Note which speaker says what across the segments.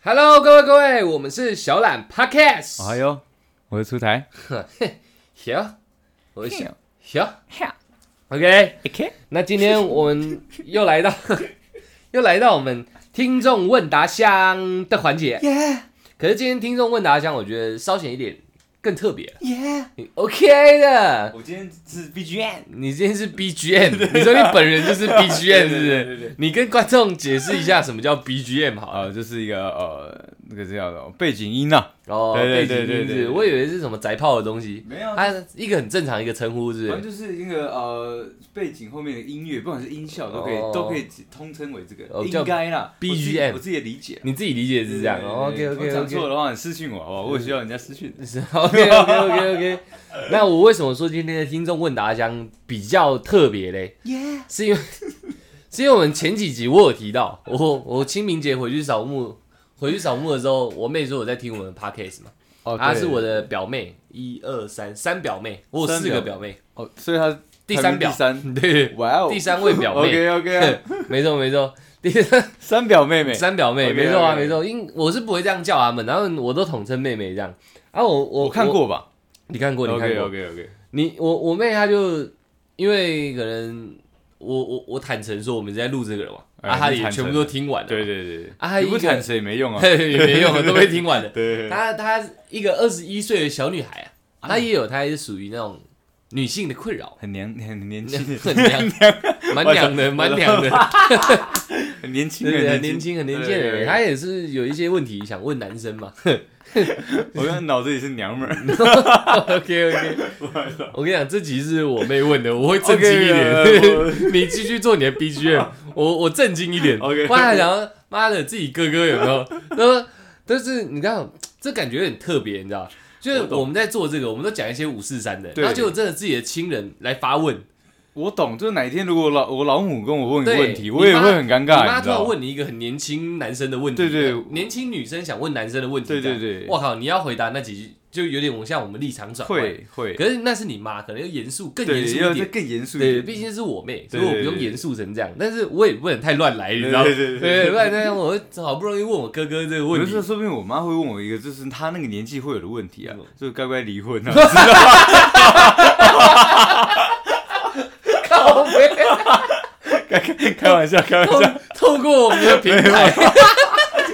Speaker 1: Hello，各位各位，我们是小懒 Podcast。
Speaker 2: 哎呦，我又出台。
Speaker 1: 行，我是小行 OK，
Speaker 2: OK，
Speaker 1: 那今天我们又来到 又来到我们听众问答箱的环节。
Speaker 2: 耶
Speaker 1: 可是今天听众问答箱，我觉得稍显一点更特别。
Speaker 2: 耶！
Speaker 1: 你 OK 的，
Speaker 2: 我今天是 BGM，
Speaker 1: 你今天是 BGM，你说你本人就是 BGM 是不
Speaker 2: 对对
Speaker 1: 是
Speaker 2: 对对？
Speaker 1: 你跟观众解释一下什么叫 BGM 好了。
Speaker 2: 呃，就是一个呃，那个叫什么背景音啊呐，
Speaker 1: 哦，
Speaker 2: 对对
Speaker 1: 背景音
Speaker 2: 对对
Speaker 1: 是
Speaker 2: 对对
Speaker 1: 我以为是什么宅炮的东西，
Speaker 2: 没有啊
Speaker 1: 它一个很正常一个称呼是不是
Speaker 2: 反正就是那个呃背景后面的音乐，不管是音效都可以
Speaker 1: 哦
Speaker 2: 都可以通称为这
Speaker 1: 哦
Speaker 2: 个，
Speaker 1: 叫
Speaker 2: 应该啦。我自己
Speaker 1: BGM
Speaker 2: 我自己的理解
Speaker 1: 你自己理解是这样。OK 哦
Speaker 2: 对对对
Speaker 1: OK
Speaker 2: 我讲错
Speaker 1: OK
Speaker 2: 的话，你私信我，好不好？我也需要人家私信。
Speaker 1: OK OK OK OK。那我为什么说今天的听众问答箱比较特别嘞？
Speaker 2: 耶，
Speaker 1: 是因为是因为我们前几集我有提到，我我清明节回去扫墓，回去扫墓的时候，我妹说我在听我们的 podcast 嘛，
Speaker 2: 哦
Speaker 1: 她是我的表妹，一二三三表妹，我有
Speaker 2: 三
Speaker 1: 四个
Speaker 2: 表
Speaker 1: 表妹，
Speaker 2: 哦，所以他
Speaker 1: 第三表
Speaker 2: 第三，
Speaker 1: 对，
Speaker 2: 哇哦，
Speaker 1: 第三位表妹，
Speaker 2: OK OK，
Speaker 1: 没错没错，第三
Speaker 2: 三表妹妹，
Speaker 1: 三表妹
Speaker 2: OK，OK
Speaker 1: 没错啊没错，因我是不会这样叫她们，然后我都统称妹妹这样。啊，我我
Speaker 2: 我看，过吧
Speaker 1: 你看过，你看
Speaker 2: ？OK
Speaker 1: 过，
Speaker 2: OK OK，
Speaker 1: 你我我妹她就因为可能我我我坦诚说我们在录这个了嘛，
Speaker 2: 哎
Speaker 1: 啊她
Speaker 2: 你
Speaker 1: 也
Speaker 2: 坦诚
Speaker 1: 全部都听完了，
Speaker 2: 对对对
Speaker 1: 啊还
Speaker 2: 对，你
Speaker 1: 有
Speaker 2: 不
Speaker 1: 一个
Speaker 2: 坦 诚也没用啊。
Speaker 1: 也没用了，都被听完了。
Speaker 2: 对，
Speaker 1: 她她一个二十一岁的小女孩啊，她也有她也是属于那种女性的困 扰，
Speaker 2: 很娘，很年轻，
Speaker 1: 很娘，蛮娘的，蛮娘的，
Speaker 2: 很年轻，
Speaker 1: 对 对，很
Speaker 2: 年
Speaker 1: 年轻，很年轻
Speaker 2: 对对
Speaker 1: 的。
Speaker 2: 对
Speaker 1: 她也是有一些问题想问男生嘛。
Speaker 2: 我刚脑子里是娘们儿。
Speaker 1: OK OK，我 跟你讲，这集是我妹问的，我会震惊
Speaker 2: OK，
Speaker 1: 一
Speaker 2: 呃我
Speaker 1: 点。 你继续做你的 BGM，我我震惊一点。
Speaker 2: OK
Speaker 1: 不然还想要妈的自己哥哥有没有？ 那但是你看，这感觉很特别，你知道吗？就是
Speaker 2: 我懂
Speaker 1: 我们在做这个，我们都讲一些五四三的，
Speaker 2: 对
Speaker 1: 然后结果真的自己的亲人来发问，
Speaker 2: 我懂，就是哪一天如果我老我老母跟我问个
Speaker 1: 对
Speaker 2: 问题，
Speaker 1: 你
Speaker 2: 我也
Speaker 1: 妈
Speaker 2: 会很尴
Speaker 1: 你
Speaker 2: 尬，
Speaker 1: 妈
Speaker 2: 你知
Speaker 1: 突然
Speaker 2: 道吗？
Speaker 1: 问你一个很年轻男生的问题，
Speaker 2: 对对
Speaker 1: 年轻女生想问男生的问题，
Speaker 2: 对对
Speaker 1: 这样
Speaker 2: 对
Speaker 1: 我靠，你要回答那几句就有点像我们立场转换，
Speaker 2: 会会，
Speaker 1: 可是那是你妈，可能要严肃，更严
Speaker 2: 对，
Speaker 1: 肃
Speaker 2: 要
Speaker 1: 一
Speaker 2: 再
Speaker 1: 点。
Speaker 2: 更严肃
Speaker 1: 对，
Speaker 2: 一
Speaker 1: 毕
Speaker 2: 点。
Speaker 1: 竟是我妹，所
Speaker 2: 对
Speaker 1: 以我不用严肃成这样。但是我也不能太乱来，你知道吗？
Speaker 2: 对对对对
Speaker 1: 对，不然那样我好不容易问我哥哥这个
Speaker 2: 我
Speaker 1: 问
Speaker 2: 就
Speaker 1: 题
Speaker 2: 是，说不定我妈会问我一个，就是她那个年纪会有的问题 啊
Speaker 1: 嗯，
Speaker 2: 就是该不该离婚啊？
Speaker 1: 靠背，
Speaker 2: 开开开玩笑，开玩
Speaker 1: 透
Speaker 2: 笑，
Speaker 1: 透过我们的平台，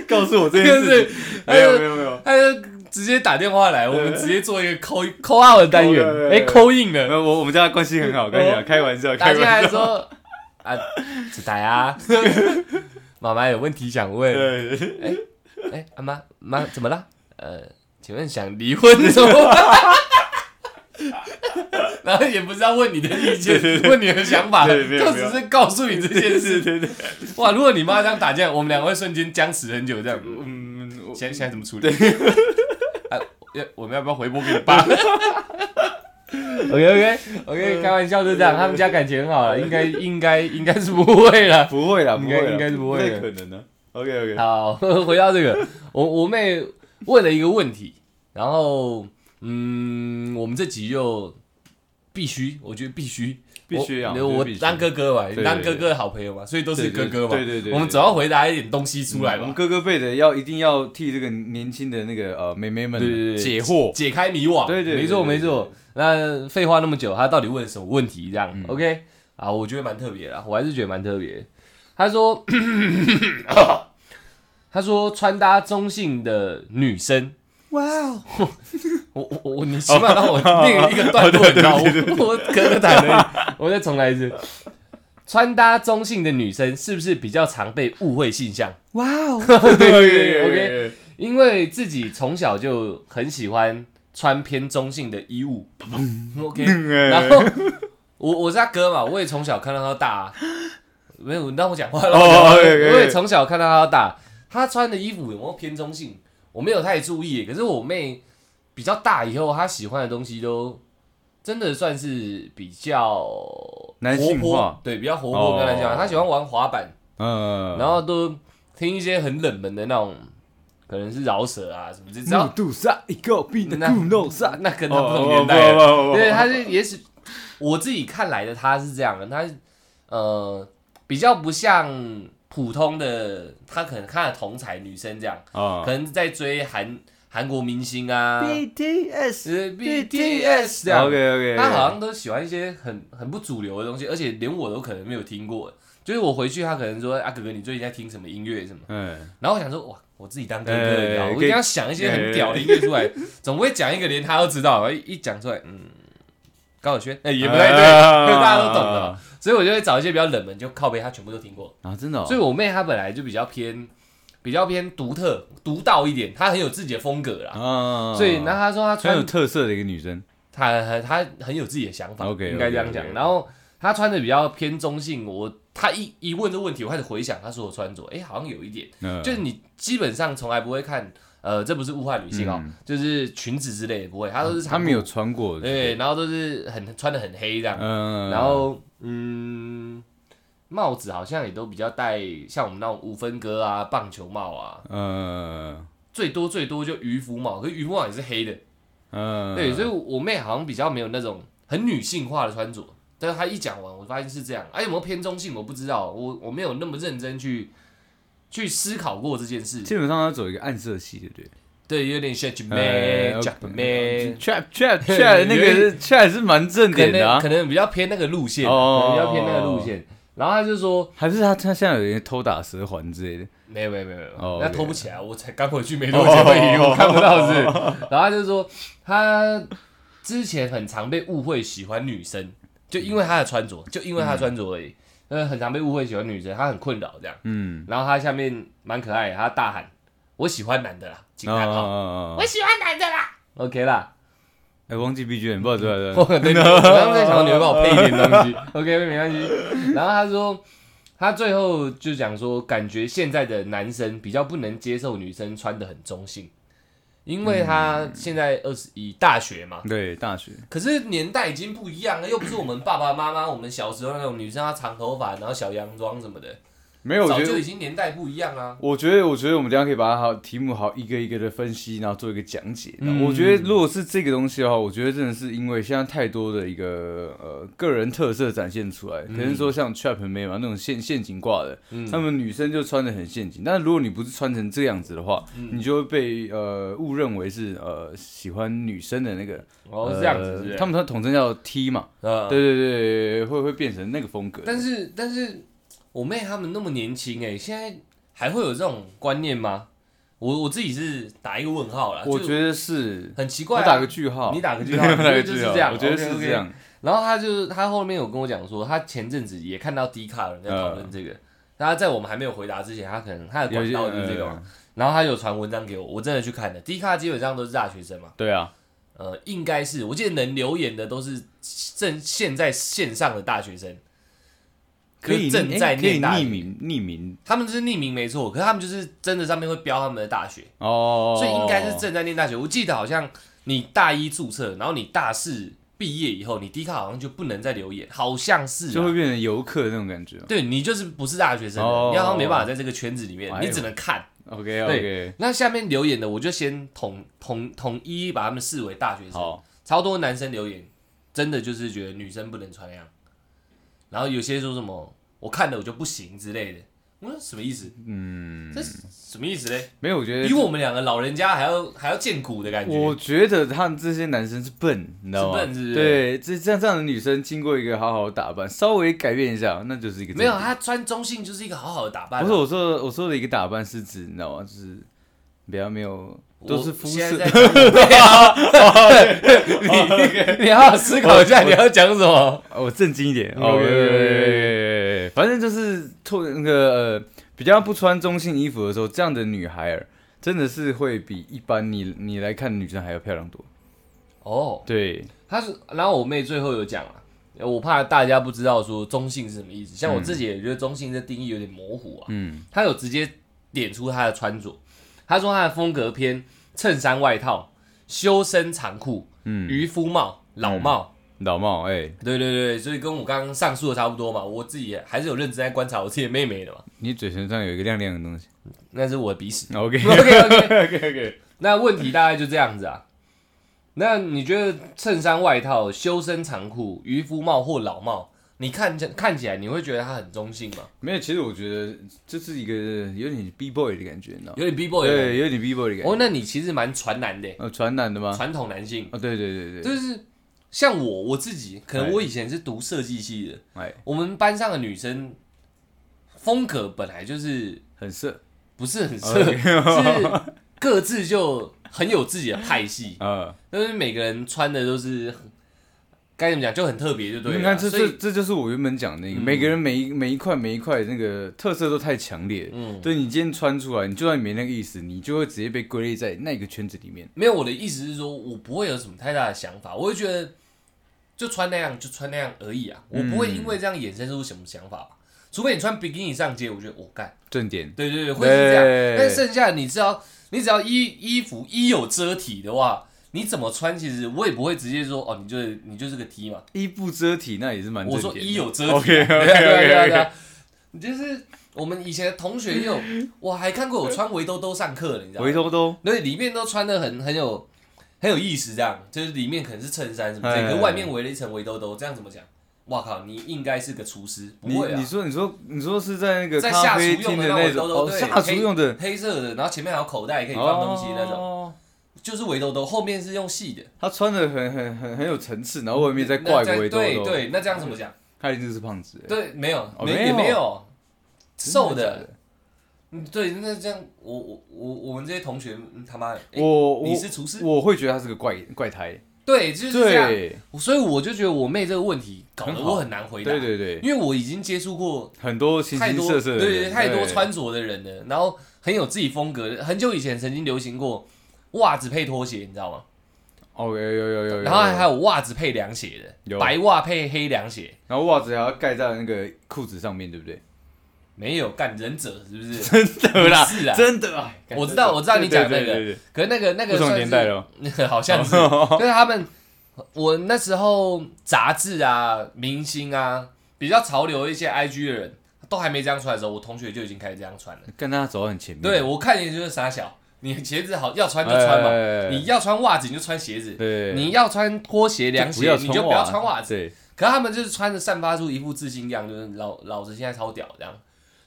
Speaker 2: 告诉我这件
Speaker 1: 就
Speaker 2: 事
Speaker 1: 是
Speaker 2: 情。没有
Speaker 1: 呃
Speaker 2: 没有没有，
Speaker 1: 他就直接打电话来，我们
Speaker 2: 对
Speaker 1: 直接做一个扣扣 out 的单元
Speaker 2: 对对，
Speaker 1: 哎，
Speaker 2: 对
Speaker 1: 扣印
Speaker 2: 没
Speaker 1: 了，
Speaker 2: 有我我们家关系很好，跟你讲，开玩笑，
Speaker 1: 打
Speaker 2: 开
Speaker 1: 进
Speaker 2: 玩
Speaker 1: 来
Speaker 2: 笑。
Speaker 1: 说啊，子台 啊，妈妈有问题想问，
Speaker 2: 对，对 对
Speaker 1: 哎，阿妈妈怎么了？呃，请问想离婚怎么办？ 然后也不是要问你的意见，问你的想法，
Speaker 2: 对没有
Speaker 1: 就
Speaker 2: 没
Speaker 1: 只
Speaker 2: 有
Speaker 1: 是告诉你这件事。
Speaker 2: 对对，
Speaker 1: 哇，如果你妈这样打架，我们两个会瞬间僵持很久，这样。嗯
Speaker 2: 嗯，我
Speaker 1: 现在现在怎么处理？ 啊，要我们要不要回拨给你爸呃？OK OK OK，开玩笑就这样，他们家感情很好了，应该应该应该是不会了。
Speaker 2: 不会啦，不
Speaker 1: 应
Speaker 2: 会
Speaker 1: 该
Speaker 2: 啦，
Speaker 1: 应该是不会的
Speaker 2: 太可能的。OK OK，
Speaker 1: 好，回到这个，我我妹问了一个问题，然后嗯，我们这集就必须，我觉得必须
Speaker 2: 必须啊
Speaker 1: 我
Speaker 2: 我觉得
Speaker 1: 我
Speaker 2: 必须
Speaker 1: 当哥哥嘛，你
Speaker 2: 对
Speaker 1: 当哥哥的好朋友嘛，所以都是
Speaker 2: 对
Speaker 1: 哥
Speaker 2: 对
Speaker 1: 哥嘛，
Speaker 2: 对对对
Speaker 1: 我们
Speaker 2: 对
Speaker 1: 总要回答一点东西出来
Speaker 2: 我们
Speaker 1: 嘛，
Speaker 2: 哥哥辈的要一定要替这个年轻的那个呃妹妹们
Speaker 1: 对对对
Speaker 2: 解惑。
Speaker 1: 解开迷惘，
Speaker 2: 对对对
Speaker 1: 没错
Speaker 2: 对对
Speaker 1: 没错。那废话那么久，他到底问了什么问题？这样、
Speaker 2: 嗯
Speaker 1: OK 啊，我觉得蛮特别的，我还是觉得蛮特别。他说， 他说穿搭中性的女生。
Speaker 2: 哇哦，
Speaker 1: 我我我，你起码让我那个一个段落，你知 道吗我我可可坦了，我再重来一次。穿搭中性的女生是不是比较常被误会性向？
Speaker 2: 哇 哦，
Speaker 1: 对对对对
Speaker 2: 对
Speaker 1: 因为自己从小就很喜欢穿偏中性的衣物。OK，然
Speaker 2: 嗯
Speaker 1: 后我我是他哥嘛，我也从小看到他大啊、没有你让我讲话了。
Speaker 2: 哦
Speaker 1: 我
Speaker 2: 可以可以
Speaker 1: 也从小看到他大，他穿的衣服有没有偏中性，我没有太注意。可是我妹比较大以后，她喜欢的东西都真的算是比较
Speaker 2: 男
Speaker 1: 活
Speaker 2: 性
Speaker 1: 泼
Speaker 2: 化，
Speaker 1: 对，比较活泼。跟她讲，
Speaker 2: 哦
Speaker 1: 她喜欢玩滑板，
Speaker 2: 嗯，
Speaker 1: 然后都听一些很冷门的那种，可能是饶舌啊什么之类的，只
Speaker 2: 然后
Speaker 1: 要
Speaker 2: 杜莎一个比的
Speaker 1: 那
Speaker 2: 古诺莎，
Speaker 1: 那跟他
Speaker 2: 嗯哦
Speaker 1: 不同年代了，
Speaker 2: 不不不不
Speaker 1: 对，他是也是我自己看来的，他是这样的，他呃比较不像普通的，他可能看的同才女生这样，
Speaker 2: 啊
Speaker 1: 可能在追韩韩国明星啊，呃
Speaker 2: ，BTS，OK
Speaker 1: 是 BTS
Speaker 2: 아,
Speaker 1: 这样。
Speaker 2: OK，
Speaker 1: 他好像都喜欢一些很很不主流的东西，而且连我都可能没有听过。就是我回去，他可能说：“啊，哥哥，你最近在听什么音乐什么
Speaker 2: 嗯？”，
Speaker 1: 然后我想说：“哇，我自己当哥哥你知道
Speaker 2: 哎
Speaker 1: 吗，我一
Speaker 2: 可以
Speaker 1: 定要想一些很屌的音乐出来， 总不会讲一个连他都知道。”一一讲出来，嗯，高晓轩，哎，也不太对，
Speaker 2: 아.
Speaker 1: 啊因为大家都懂的嘛。所以我就会找一些比较冷门，就靠背他全部都听过。
Speaker 2: 啊，真的哦，
Speaker 1: 所以我妹她本来就比较偏比较偏独特、独到一点，她很有自己的风格啦。
Speaker 2: 啊，
Speaker 1: 所以那她嗯说她
Speaker 2: 很有
Speaker 1: 穿
Speaker 2: 特色的一个女生，
Speaker 1: 她她她很有自己的想法
Speaker 2: OK，OK，OK
Speaker 1: 应该这样讲。然后她穿的比较偏中性，我她一一问这问题，我开始回想她说我穿着，哎、好像有一点，
Speaker 2: 嗯
Speaker 1: 就是你基本上从来不会看，呃，这不是物化女性哦，
Speaker 2: 嗯
Speaker 1: 就是裙子之类的不会，她都是长
Speaker 2: 他没
Speaker 1: 裤
Speaker 2: 有穿过，
Speaker 1: 对，，然后都是很穿的很黑这样，
Speaker 2: 嗯，
Speaker 1: 然后嗯，帽子好像也都比较戴像我们那种五分哥啊、棒球帽啊，
Speaker 2: 嗯
Speaker 1: 最多最多就渔夫帽，可是渔夫帽也是黑的，
Speaker 2: 嗯，
Speaker 1: 对，所以我妹好像比较没有那种很女性化的穿着。但是她一讲完，我发现是这样。哎、有没有偏中性？我不知道，我我没有那么认真去去思考过这件事。
Speaker 2: 基本上要走一个暗色系，对不对？
Speaker 1: 对，有点 shake 妹、
Speaker 2: 呃
Speaker 1: j u p 妹，
Speaker 2: trap trap trap 那个是 trap 是蛮正
Speaker 1: 可
Speaker 2: 点的
Speaker 1: 能
Speaker 2: 啊
Speaker 1: 可，能比较偏那个路线，
Speaker 2: 哦
Speaker 1: 可能比较偏那个路线。然后她就说，
Speaker 2: 还是他他现在有人偷打蛇环之类的，
Speaker 1: 没有没有没有没有，
Speaker 2: 哦
Speaker 1: 那
Speaker 2: OK 哦
Speaker 1: 偷不起来，我才刚回去没多久而已，我看不到 是。然后他就说他之前很常被误会喜欢女生，就因为他的穿着，就因为他的穿着而已，呃，很常被误会喜欢女生，他很困扰这样。
Speaker 2: 嗯，
Speaker 1: 然后他下面蛮可爱的，他大喊：“我喜欢男的啦，惊叹号
Speaker 2: 啊，
Speaker 1: 我喜欢男的啦，OK 啦。
Speaker 2: 哎，忘记 BGM，不好意思，不好意思
Speaker 1: 我对，你我刚刚在想你会帮我配一点东 西，OK，没关系。然后他说，他最后就讲说，感觉现在的男生比较不能接受女生穿的很中性，因为他现在二十一大学嘛，
Speaker 2: 对，大学，
Speaker 1: 可是年代已经不一样了，又不是我们爸爸妈妈我们小时候那种女生，她长头发，然后小洋装什么的，
Speaker 2: 没有，我
Speaker 1: 早
Speaker 2: 觉
Speaker 1: 就
Speaker 2: 得
Speaker 1: 已，经年代不一样啊。
Speaker 2: 我觉得，我觉得我们等一下可以把它好题目好一个一个的分析，然后做一个讲解。
Speaker 1: 嗯
Speaker 2: 我觉得如果是这个东西的话，我觉得真的是因为现在太多的一个呃个人特色展现出来，可能说像 trap 妹嘛那种陷陷阱挂的，
Speaker 1: 嗯
Speaker 2: 他们女生就穿的很陷阱，但是如果你不是穿成这样子的话，
Speaker 1: 嗯
Speaker 2: 你就会被呃误认为是呃喜欢女生的那个，
Speaker 1: 哦，
Speaker 2: 呃
Speaker 1: 是这样子是不是，
Speaker 2: 他们说统称叫 T 嘛，
Speaker 1: 呃，
Speaker 2: 对对对，会会变成那个风格。
Speaker 1: 但是但是我妹她们那么年轻哎、现在还会有这种观念吗？我我自己是打一个问号啦，
Speaker 2: 我
Speaker 1: 啊就
Speaker 2: 觉得是，
Speaker 1: 很奇怪、
Speaker 2: 我
Speaker 1: 啊。
Speaker 2: 打个句号，
Speaker 1: 你打个句号，
Speaker 2: 打个
Speaker 1: 就
Speaker 2: 句
Speaker 1: 是
Speaker 2: 号
Speaker 1: 这样，
Speaker 2: 我觉得是这
Speaker 1: OK，OK。
Speaker 2: 样。
Speaker 1: 然后她就是她后面有跟我讲说，她前阵子也看到迪卡有人在讨论这个。她在我们还没有回答之前，她可能她的
Speaker 2: 嗯有
Speaker 1: 管
Speaker 2: 些
Speaker 1: 道就是这个嘛
Speaker 2: 呃，
Speaker 1: 然后她有传文章给我，我真的去看了。迪卡基本上都是大学生嘛，
Speaker 2: 对啊，
Speaker 1: 呃，应该是我记得能留言的都是正现在线上的大学生，
Speaker 2: 可以
Speaker 1: 就是正在
Speaker 2: 诶可以
Speaker 1: 念大学
Speaker 2: 匿名匿名
Speaker 1: 他们是匿名没错，可是他们就是真的上面会标他们的大学，
Speaker 2: 哦，
Speaker 1: 所以应该是正在念大学。我记得好像你大一注册，然后你大四毕业以后，你 D 卡好像就不能再留言，好像是、
Speaker 2: 就
Speaker 1: 啊。
Speaker 2: 会变成游客那种感觉。
Speaker 1: 对你就是不是大学生了，
Speaker 2: 哦
Speaker 1: 你好像没办法在这个圈子里面，
Speaker 2: 哎呦
Speaker 1: 你只能看。
Speaker 2: OK OK，
Speaker 1: 那下面留言的，我就先统统统一把他们视为大学生。
Speaker 2: 好，
Speaker 1: 超多男生留言，真的就是觉得女生不能穿那样，然后有些说什么我看了我就不行之类的，我说什么意思？嗯，这是什么意思嘞？
Speaker 2: 没有，我觉
Speaker 1: 比
Speaker 2: 得。
Speaker 1: 我们两个老人家还要还要见骨的感觉。
Speaker 2: 我觉得他们这些男生是笨，你知道吗？
Speaker 1: 是笨是不是
Speaker 2: 对，这这样这样的女生经过一个好好的打扮，稍微改变一下，那就是一个
Speaker 1: 没有，
Speaker 2: 正
Speaker 1: 她穿中性就是一个好好的打扮、
Speaker 2: 常。
Speaker 1: 啊。
Speaker 2: 不是我说我说的一个打扮是指你知道吗？就是比较没有
Speaker 1: 我
Speaker 2: 都是肤
Speaker 1: 现
Speaker 2: 色 哦
Speaker 1: 在，在讲对啊 你你好好思考一下你要讲什么。
Speaker 2: 哦我震惊一点。
Speaker 1: 嗯
Speaker 2: 哦，
Speaker 1: 对对对对
Speaker 2: 对反正就是脱那个、呃、比较不穿中性衣服的时候，这样的女孩儿真的是会比一般你你来看的女生还要漂亮多。
Speaker 1: 哦，
Speaker 2: 对，
Speaker 1: 他是，然后我妹最后有讲啊，我怕大家不知道说中性是什么意思，像我自己也觉得中性这定义有点模糊啊。
Speaker 2: 嗯，
Speaker 1: 她有直接点出她的穿着，她说她的风格偏衬衫外套、修身长裤、
Speaker 2: 嗯
Speaker 1: 渔夫帽、老帽。
Speaker 2: 老帽哎、
Speaker 1: 对对对，所以跟我刚刚上述的差不多嘛，我自己也还是有认真在观察我自己的妹妹的嘛，
Speaker 2: 你嘴唇上有一个亮亮的 东西。
Speaker 1: 那是我的鼻 屎。
Speaker 2: OK
Speaker 1: OK OK，
Speaker 2: OK OK，
Speaker 1: 那问题大概就这样子啊。那你觉得衬衫外套、修身长裤、渔夫帽或老帽，你看着看起来你会觉得他很中性嘛，
Speaker 2: 没有，其实我觉得这是一个有点 B boy 的感觉，你知道吗？
Speaker 1: 有点 B boy 的感
Speaker 2: 对，有点 B boy 的
Speaker 1: 觉。
Speaker 2: 感
Speaker 1: 哦，
Speaker 2: 觉。
Speaker 1: 那你其实蛮传男的耶，
Speaker 2: 呃，传染的吗？
Speaker 1: 传统男性，
Speaker 2: 啊，对对对对，
Speaker 1: 就是像我我自己，可能
Speaker 2: 哎
Speaker 1: 我以前是读设计系的，
Speaker 2: 哎，
Speaker 1: 我们班上的女生风格本来就是
Speaker 2: 很色，
Speaker 1: 不是很色，
Speaker 2: 哎
Speaker 1: 是各自就很有自己的派 系，
Speaker 2: 呃，
Speaker 1: 但是每个人穿的都是很该怎么讲就很特别，就对了。
Speaker 2: 你看，这
Speaker 1: 所
Speaker 2: 这
Speaker 1: 以嗯
Speaker 2: 这就是我原本讲的那个，每个人每一每一块每一块那个特色都太强烈了。
Speaker 1: 嗯，
Speaker 2: 对你今天穿出来，你就算没那个意思，你就会直接被归类在那个圈子里面。
Speaker 1: 没有我的意思是说，我不会有什么太大的想法，我会觉得就穿那样就穿那样而已啊，我不会因为这样衍生出什么想法吧。除非你穿比基尼上街，我觉得我哦干，
Speaker 2: 正点，
Speaker 1: 对对对，会是这样。
Speaker 2: 对
Speaker 1: 但剩下的你知道，你只要衣衣服衣有遮体的话，你怎么穿，其实我也不会直接说哦，你就是你就是个 T 嘛。
Speaker 2: 衣不遮体，那也是蛮正
Speaker 1: 我
Speaker 2: 点的。
Speaker 1: 说衣有遮体啊，对
Speaker 2: OK
Speaker 1: 啊 对
Speaker 2: OK
Speaker 1: 啊对啊
Speaker 2: OK
Speaker 1: 对
Speaker 2: OK，
Speaker 1: 啊，你就是我们以前的同学也有，我还看过有穿围兜兜上课的，你知道吗
Speaker 2: 回？头都
Speaker 1: 对，啊里面都穿的很很有很有意思，这样就是里面可能是衬衫什么之类的，
Speaker 2: 哎
Speaker 1: 可是外面围了一层围兜兜，这样怎么讲？哇靠，你应该是个厨师，不
Speaker 2: 你
Speaker 1: 会啊
Speaker 2: 你？说你说你说是在那个
Speaker 1: 在
Speaker 2: 咖
Speaker 1: 下厨
Speaker 2: 啡
Speaker 1: 用
Speaker 2: 厅
Speaker 1: 的那
Speaker 2: 的那
Speaker 1: 种
Speaker 2: 种
Speaker 1: 兜兜，
Speaker 2: 哦，
Speaker 1: 对，
Speaker 2: 下厨用的
Speaker 1: 黑黑色的，然后前面还有口袋可以放东西那种，
Speaker 2: 哦
Speaker 1: 就是围兜兜，后面是用细的，
Speaker 2: 他穿的很很很很有层次，然后外面再挂
Speaker 1: 那
Speaker 2: 一个
Speaker 1: 这
Speaker 2: 围
Speaker 1: 样
Speaker 2: 兜
Speaker 1: 对
Speaker 2: 兜，，
Speaker 1: 对，那这样怎么讲？
Speaker 2: 他一定是胖子，欸
Speaker 1: 对，没有，
Speaker 2: 哦
Speaker 1: 没
Speaker 2: 没
Speaker 1: 也
Speaker 2: 有
Speaker 1: 没有，瘦
Speaker 2: 真假
Speaker 1: 的，嗯对，那这样我我我我们这些同学嗯他妈的，诶
Speaker 2: 我
Speaker 1: 你
Speaker 2: 我
Speaker 1: 是厨师，
Speaker 2: 我会觉得他是个怪怪胎，欸
Speaker 1: 对，就是这样。
Speaker 2: 对
Speaker 1: 所以我就觉得我妹这个问题搞得
Speaker 2: 很好
Speaker 1: 我很难回答，
Speaker 2: 对对对，
Speaker 1: 因为我已经接触过
Speaker 2: 很多形
Speaker 1: 太
Speaker 2: 形
Speaker 1: 多
Speaker 2: 色色的
Speaker 1: 对
Speaker 2: 人
Speaker 1: 太多穿着的人了，然后很有自己风格的。很久以前曾经流行过袜子配拖鞋，你知道吗？
Speaker 2: 哦有有有有有，
Speaker 1: 然后还有袜子配凉鞋的，
Speaker 2: 有
Speaker 1: 白袜配黑凉鞋，
Speaker 2: 然后袜子还要盖在那个裤子上面，对不对？
Speaker 1: 没有干忍者是不是？
Speaker 2: 真
Speaker 1: 的啦不是啊
Speaker 2: 真的啊，
Speaker 1: 我知道我知道你讲那个
Speaker 2: 对对对对
Speaker 1: 可是那个那个
Speaker 2: 不同
Speaker 1: 算是
Speaker 2: 年代了，
Speaker 1: 好像是，
Speaker 2: 哦
Speaker 1: 就是他们，我那时候杂志啊、明星啊，比较潮流一些 IG 的人，都还没这样穿的时候，我同学就已经开始这样穿了。
Speaker 2: 对 跟他走到很前面，
Speaker 1: 对我看你就是傻小，你鞋子好要穿就穿嘛，
Speaker 2: 哎
Speaker 1: 你要穿袜子你就穿鞋子，
Speaker 2: 对
Speaker 1: 你要穿拖鞋、凉
Speaker 2: 不
Speaker 1: 鞋
Speaker 2: 要
Speaker 1: 你
Speaker 2: 穿
Speaker 1: 就不要
Speaker 2: 袜
Speaker 1: 穿袜子。
Speaker 2: 对，
Speaker 1: 可他们就是穿着散发出一副自信样，就是老老子现在超屌这样。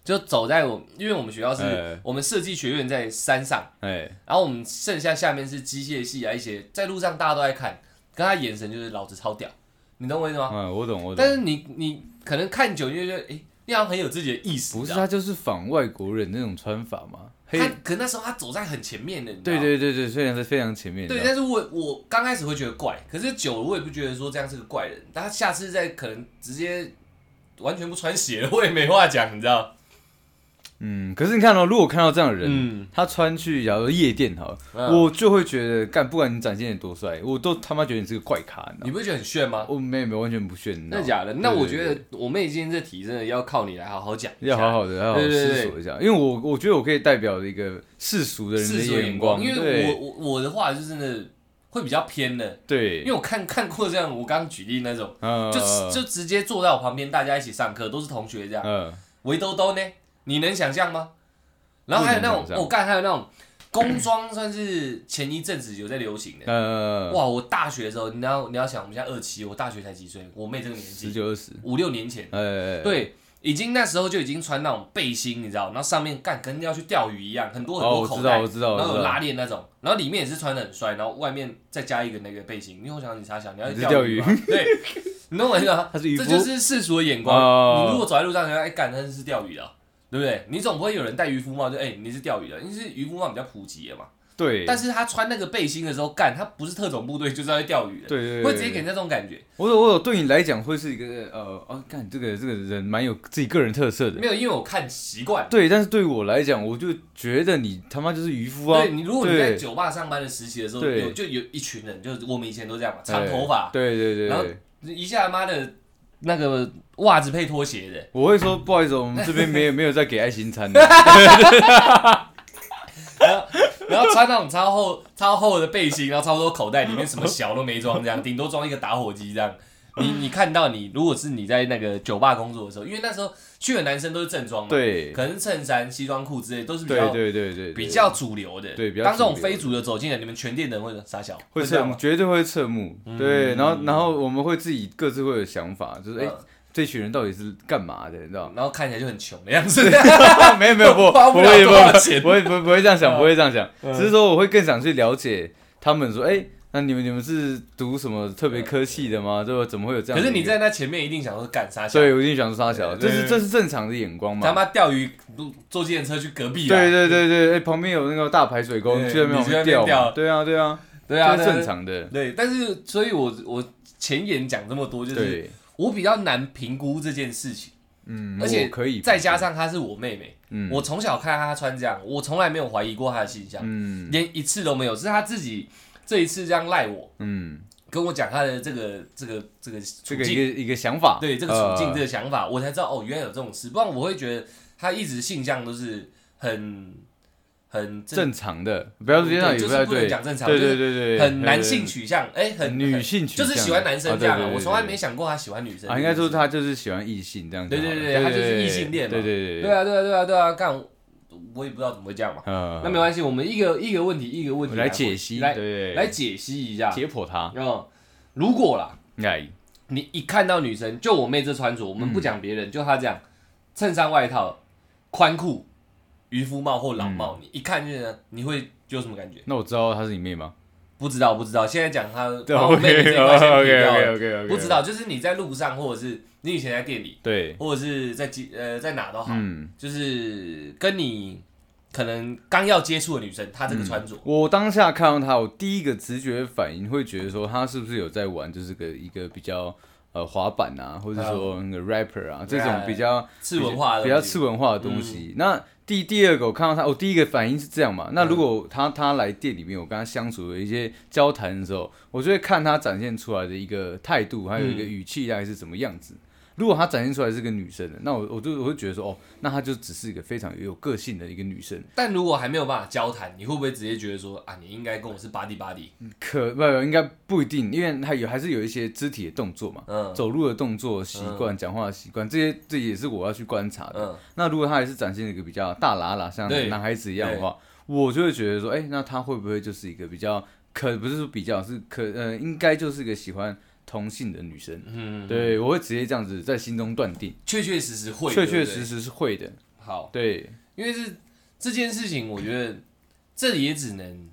Speaker 1: 就走在我，因为我们学校是、
Speaker 2: 哎
Speaker 1: 我们设计学院在山上，
Speaker 2: 哎
Speaker 1: 然后我们剩下下面是机械系啊，一些在路上大家都在看，跟他眼神就是老子超屌，你懂我意思吗？
Speaker 2: 嗯，我懂我
Speaker 1: 啊
Speaker 2: 懂
Speaker 1: 但，是你你可能看久你就觉得，哎、那样很有自己的意思，
Speaker 2: 不
Speaker 1: 你知
Speaker 2: 是啊
Speaker 1: 道吗
Speaker 2: 他就是仿外国人那种穿法嘛，黑
Speaker 1: 他可那时候他走在很前面的，你知道
Speaker 2: 对
Speaker 1: 吗
Speaker 2: 对对对，虽然是非常前面，
Speaker 1: 对，但是我我刚开始会觉得怪，可是久了我也不觉得说这样是个怪人，但他下次再可能直接完全不穿鞋了，我也没话讲，你知道？
Speaker 2: 嗯，可是你看哦，如果看到这样的人，
Speaker 1: 嗯，
Speaker 2: 他穿去假如夜店好了，
Speaker 1: 嗯
Speaker 2: 我就会觉得，干，不管你展现的多帅，我都他妈觉得你是个怪咖，你知道
Speaker 1: 你
Speaker 2: 吗？
Speaker 1: 不会觉得很炫吗？
Speaker 2: 我没有没有完全不炫，你知道
Speaker 1: 那
Speaker 2: 吗
Speaker 1: 假的？那
Speaker 2: 对
Speaker 1: 我
Speaker 2: 对
Speaker 1: 觉得我妹今天这题真的要靠你来好好讲一下，
Speaker 2: 要好好的，要好好
Speaker 1: 对对
Speaker 2: 思
Speaker 1: 对
Speaker 2: 索一下，因为我我觉得我可以代表一个世俗的人的
Speaker 1: 世俗眼
Speaker 2: 光，
Speaker 1: 因为
Speaker 2: 对
Speaker 1: 我我我的话就真的会比较偏的，因
Speaker 2: 对
Speaker 1: 为，我看看过这样，我刚刚举例那种，
Speaker 2: 呃
Speaker 1: 就就直接坐在我旁边，大家一起上课，都是同学这样，
Speaker 2: 呃，
Speaker 1: 围兜兜呢，你能想象吗？然后还有那种
Speaker 2: 不能想，象
Speaker 1: 我干、还有那种工装，算是前一阵子有在流行的。
Speaker 2: 呃，
Speaker 1: 哇，我大学的时候，你要你要想，我们现在二七，我大学才几岁，我妹这个年
Speaker 2: 十
Speaker 1: 纪，
Speaker 2: 九二十，
Speaker 1: 五六年前，
Speaker 2: 呃，
Speaker 1: 对，已经那时候就已经穿那种背心，你知道，然后上面干跟要去钓鱼一样，很多很
Speaker 2: 哦，
Speaker 1: 多
Speaker 2: 我
Speaker 1: 口
Speaker 2: 知
Speaker 1: 袋，
Speaker 2: 道，我知道，我
Speaker 1: 然后
Speaker 2: 知
Speaker 1: 有拉
Speaker 2: 道，
Speaker 1: 链那种，然后里面也是穿的很帅，然后外面再加一个那个背心，因为我想你傻想你要去
Speaker 2: 你是
Speaker 1: 钓鱼吗，对，你懂我意思 吗？
Speaker 2: 他是渔
Speaker 1: 这
Speaker 2: 夫，
Speaker 1: 就是世俗的眼光。
Speaker 2: 哦
Speaker 1: 你如果走在路上，人家哎干，那是钓鱼的啊、对不对？你总不会有人戴渔夫帽，就哎、你是钓鱼的，因为是渔夫帽比较普及了嘛。
Speaker 2: 对，
Speaker 1: 但是他穿那个背心的时候，干他不是特种部队，就是要去钓鱼的，
Speaker 2: 对对，对
Speaker 1: 会直接给
Speaker 2: 对
Speaker 1: 人家这种感觉。
Speaker 2: 我有我有对你来讲会是一个呃哦，看这个这个人蛮有自己个人特色的，
Speaker 1: 没有，因为我看习惯。
Speaker 2: 对，但是对我来讲，我就觉得你他妈就是渔夫啊，
Speaker 1: 对你，如果你在
Speaker 2: 对
Speaker 1: 酒吧上班的实习的时候，
Speaker 2: 对哎
Speaker 1: 有就有一群人，就是我们以前都这样嘛，长头发，
Speaker 2: 对对对
Speaker 1: 然后
Speaker 2: 对，
Speaker 1: 一下妈的那个袜子配拖鞋的，
Speaker 2: 我会说不好意思，我们这边没有没有在给爱心餐的，
Speaker 1: 然后穿那种超厚、 超厚的背心，然后差不多口袋里面什么小都没装，这 样顶多装一个打火机这样。你你看到你，如果是你在那个酒吧工作的时候，因为那时候去的男生都是正装嘛，，
Speaker 2: 对
Speaker 1: 可能是衬衫、西装裤之类都是比
Speaker 2: 对
Speaker 1: 较
Speaker 2: 对对对，
Speaker 1: 比较主流的。
Speaker 2: 对比较
Speaker 1: 当这种
Speaker 2: 主流的
Speaker 1: 非主流走进来，你们全店的人会嗯傻笑，
Speaker 2: 会
Speaker 1: 这
Speaker 2: 侧
Speaker 1: 样
Speaker 2: 目，
Speaker 1: 吗？
Speaker 2: 绝对会侧目，对，然后然后我们会自己各自会有想法，就是哎
Speaker 1: 嗯，
Speaker 2: 这群人到底是干嘛的，你知道吗？
Speaker 1: 然后看起来就很穷的样子。
Speaker 2: 没有没有 不，
Speaker 1: 花不
Speaker 2: 不
Speaker 1: 了
Speaker 2: 会不
Speaker 1: 多少
Speaker 2: 会
Speaker 1: 钱嗯
Speaker 2: 不会不会不会这样想，不会这样想，只是说我会更想去了解他们说，哎、那你们你们是读什么特别科系的吗？对吧？怎么会有
Speaker 1: 嗯
Speaker 2: 这
Speaker 1: 可
Speaker 2: 样的
Speaker 1: 是
Speaker 2: 一个？
Speaker 1: 你在那前面一定想说干啥小？
Speaker 2: 所以我一定想说他小，这
Speaker 1: 对
Speaker 2: 是
Speaker 1: 对
Speaker 2: 这是正常的眼光嘛？
Speaker 1: 他妈钓鱼不坐计程车去隔壁啊啦。
Speaker 2: 对对对对，哎，旁边有那个大排水沟，
Speaker 1: 对
Speaker 2: 你去那边
Speaker 1: 你去那边
Speaker 2: 钓嘛，
Speaker 1: 钓
Speaker 2: 对啊对啊，
Speaker 1: 对啊，
Speaker 2: 这
Speaker 1: 对
Speaker 2: 是正。常的，
Speaker 1: 对，但是所以我我前言讲这么多，就是
Speaker 2: 对，
Speaker 1: 我比较难评估这件事情，
Speaker 2: 嗯，
Speaker 1: 而且
Speaker 2: 我可以，
Speaker 1: 再加，上她是我妹妹，
Speaker 2: 嗯，
Speaker 1: 我从小看她穿这样，我从来没有怀疑过她的形象，
Speaker 2: 嗯
Speaker 1: 连一次都没有，是她自己这一次这样赖我，
Speaker 2: 嗯，
Speaker 1: 跟我讲她的这个这个这个处
Speaker 2: 这个一
Speaker 1: 境，
Speaker 2: 个一个想法，
Speaker 1: 对这个处境
Speaker 2: 呃
Speaker 1: 这个想法，我才知道哦，原来有这种事，不然我会觉得她一直性向都是很很正
Speaker 2: 正常的，不要直接让
Speaker 1: 对
Speaker 2: 也
Speaker 1: 就是
Speaker 2: 太
Speaker 1: 不能
Speaker 2: 对，
Speaker 1: 讲正常
Speaker 2: 对
Speaker 1: 就
Speaker 2: 对
Speaker 1: 是
Speaker 2: 对对，
Speaker 1: 很男
Speaker 2: 对
Speaker 1: 性，取向，哎，
Speaker 2: 对
Speaker 1: 很
Speaker 2: 女性取
Speaker 1: 就
Speaker 2: 向
Speaker 1: 是喜欢男生这样
Speaker 2: 啊对
Speaker 1: 啊，
Speaker 2: 对对
Speaker 1: 我从来
Speaker 2: 对
Speaker 1: 没想过他喜欢女生
Speaker 2: 啊，应该说他就是喜欢异性这样子
Speaker 1: 对
Speaker 2: 好
Speaker 1: 对
Speaker 2: 了，
Speaker 1: 对对他就是异性恋嘛
Speaker 2: 对对
Speaker 1: 对，啊，对啊，对啊，对啊，干，我也不知道怎么会这样嘛。
Speaker 2: 呃
Speaker 1: 那没关系，我们一个一个问题一个问题啊
Speaker 2: 来解析，
Speaker 1: 来
Speaker 2: 对，
Speaker 1: 来解析一下。
Speaker 2: 解剖他，
Speaker 1: 嗯，如果啦，
Speaker 2: 哎，
Speaker 1: 你一看到女生，就我妹这穿着，我们不讲别人，就她这样，衬衫、外套、宽裤、渔夫帽或老帽，你一看就是你会有什么感觉？
Speaker 2: 那我知道他是你妹吗？哦
Speaker 1: 不知道，不知道。现在讲她，
Speaker 2: 对
Speaker 1: 哦把我妹妹这一 块先撇掉了
Speaker 2: OK，
Speaker 1: 不知，道，就是你在路上，或者是你以前在店里，
Speaker 2: 对，
Speaker 1: 或者是在街呃在哪都好，
Speaker 2: 嗯。
Speaker 1: 就是跟你可能刚要接触的女生，她
Speaker 2: 嗯
Speaker 1: 这个穿着，
Speaker 2: 我当下看到他，我第一个直觉反应会觉得说，他是不是有在玩，就是个一个比较呃滑板啊，或者说那个 rapper 啊这种比较
Speaker 1: 次文化的
Speaker 2: 比较次文化的东西。那第第二个我看到他，我第一个反应是这样嘛。那如果他他来店里面，我跟他相处的一些交谈的时候，我就会看他展现出来的一个态度，还有一个语气大概是什么样子。如果他展现出来是个女生的，那我我就我会觉得说，哦，那她就只是一个非常有个性的一个女生。
Speaker 1: 但如果还没有办法交谈，你会不会直接觉得说啊，你应该跟我是 buddy buddy？
Speaker 2: 可不应该不一定，因为他有还是有一些肢体的动作嘛，
Speaker 1: 嗯
Speaker 2: 走路的动作习惯、讲话的习惯，这些这也是我要去观察的。
Speaker 1: 嗯，
Speaker 2: 那如果他还是展现一个比较大喇喇像
Speaker 1: 对
Speaker 2: 男孩子一样的话，我就会觉得说，哎、那他会不会就是一个比较可不是说比较是可呃，应该就是一个喜欢同性的女生。
Speaker 1: 嗯，
Speaker 2: 对，我会直接这样子在心中断定，
Speaker 1: 确确实实会，对
Speaker 2: 确确
Speaker 1: 不对
Speaker 2: 实实是会的。
Speaker 1: 好，
Speaker 2: 对，
Speaker 1: 因为是这件事情，我觉得这里也只能。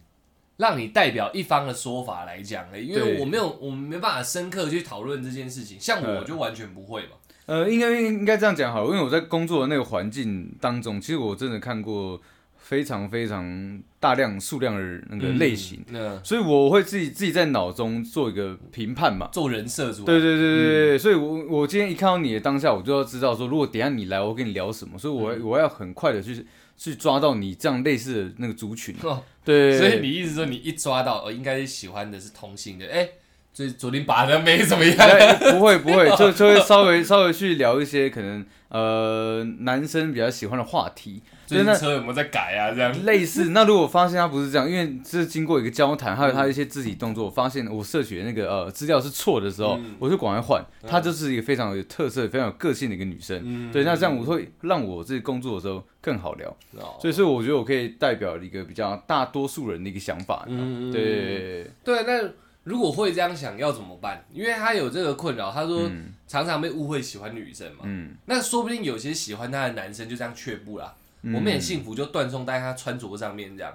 Speaker 1: 让你代表一方的说法来讲了，因为
Speaker 2: 对
Speaker 1: 我没有，我们没办法深刻去讨论这件事情。像我
Speaker 2: 嗯
Speaker 1: 就完全不会嘛，
Speaker 2: 呃，应该应该这样讲好了，因为我在工作的那个环境当中，其实我真的看过非常非常大量数量的那个类型，
Speaker 1: 嗯，
Speaker 2: 所以我会自己自己在脑中做一个评判嘛。
Speaker 1: 做人设主，啊
Speaker 2: 对对对对对，所以我我今天一看到你的当下，我就要知道说，如果等一下你来，我跟你聊什么，所以我、我要很快的去去抓到你这样类似的那个族群。
Speaker 1: 哦
Speaker 2: 对，
Speaker 1: 所以你意思说你一抓到，哦，应该是喜欢的是同性的，哎、所以昨天把的妹怎么样？
Speaker 2: 哎不会不会，就就会稍微稍微去聊一些可能呃男生比较喜欢的话题，
Speaker 1: 最
Speaker 2: 那
Speaker 1: 近车有没有在改啊？这样，
Speaker 2: 类似，那如果发现他不是这样，因为这是经过一个交谈，还有他一些肢体动作，我发现我摄取的那个呃资料是错的时候，
Speaker 1: 嗯
Speaker 2: 我就赶快换。她就是一个非常有特色、非常有个性的一个女生。
Speaker 1: 嗯
Speaker 2: 对，那这样我会让我自己工作的时候更好聊。
Speaker 1: 哦
Speaker 2: 所以，所以我觉得我可以代表一个比较大多数人的一个想法。
Speaker 1: 嗯，
Speaker 2: 对，
Speaker 1: 对，那如果会这样想要怎么办？因为他有这个困扰，他说
Speaker 2: 嗯
Speaker 1: 常常被误会喜欢女生嘛，
Speaker 2: 嗯，
Speaker 1: 那说不定有些喜欢他的男生就这样却步啦。
Speaker 2: 嗯
Speaker 1: 我们很幸福，就断送在他穿着上面这样。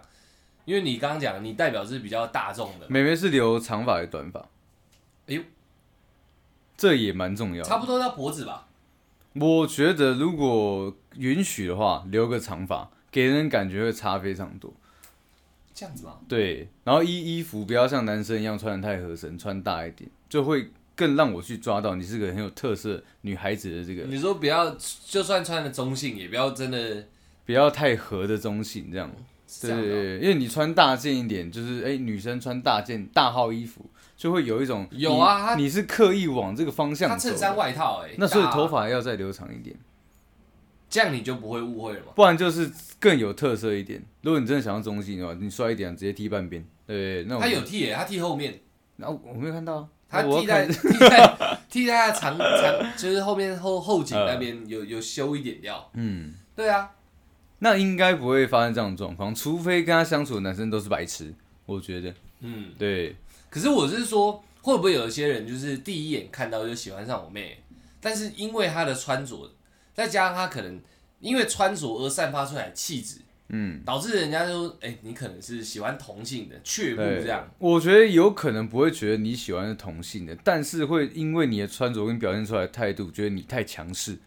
Speaker 1: 因为你刚刚讲，你代表是比较大众的，
Speaker 2: 美眉是留长发还是短发？
Speaker 1: 哎呦，
Speaker 2: 这也蛮重要的。
Speaker 1: 差不多到脖子吧。
Speaker 2: 我觉得如果允许的话，留个长发，给人感觉会差非常多。
Speaker 1: 这样子嘛，
Speaker 2: 对，然后衣衣服不要像男生一样穿的太合身，穿大一点，就会更让我去抓到你是个很有特色女孩子的这个，
Speaker 1: 你说不要，就算穿的中性，也不要真的
Speaker 2: 不要太合的中性这样。
Speaker 1: 是这
Speaker 2: 对
Speaker 1: 样
Speaker 2: 对
Speaker 1: 的哦
Speaker 2: 对，因为你穿大件一点，就是哎、女生穿大件大号衣服，就会有一种
Speaker 1: 有啊她
Speaker 2: 你，你是刻意往这个方向
Speaker 1: 他
Speaker 2: 走
Speaker 1: 衬衫
Speaker 2: 的。
Speaker 1: 外套哎、
Speaker 2: 那所以
Speaker 1: 大
Speaker 2: 头发要再留长一点，
Speaker 1: 这样你就不会误会了嘛。
Speaker 2: 不然就是更有特色一点。如果你真的想要中性的话，你帅一点，直接剃半边。对，那我
Speaker 1: 他有剃耶、他剃后面，
Speaker 2: 然后我没有看到啊，
Speaker 1: 他
Speaker 2: 我要
Speaker 1: 剃在
Speaker 2: 看
Speaker 1: 剃在剃在他的长长，就是后面后后颈那边有有修一点掉。
Speaker 2: 嗯。
Speaker 1: 对啊，
Speaker 2: 那应该不会发生这种状况，除非跟他相处的男生都是白痴，我觉得。
Speaker 1: 嗯，
Speaker 2: 对，
Speaker 1: 可是我是说，会不会有一些人就是第一眼看到就喜欢上我妹，但是因为他的穿着，再加上他可能因为穿着而散发出来的气质，嗯，导致人家就说，哎、你可能是喜欢同性的，却步
Speaker 2: 对
Speaker 1: 这样。
Speaker 2: 我觉得有可能不会觉得你喜欢是同性的，但是会因为你的穿着跟表现出来的态度，觉得你太强势，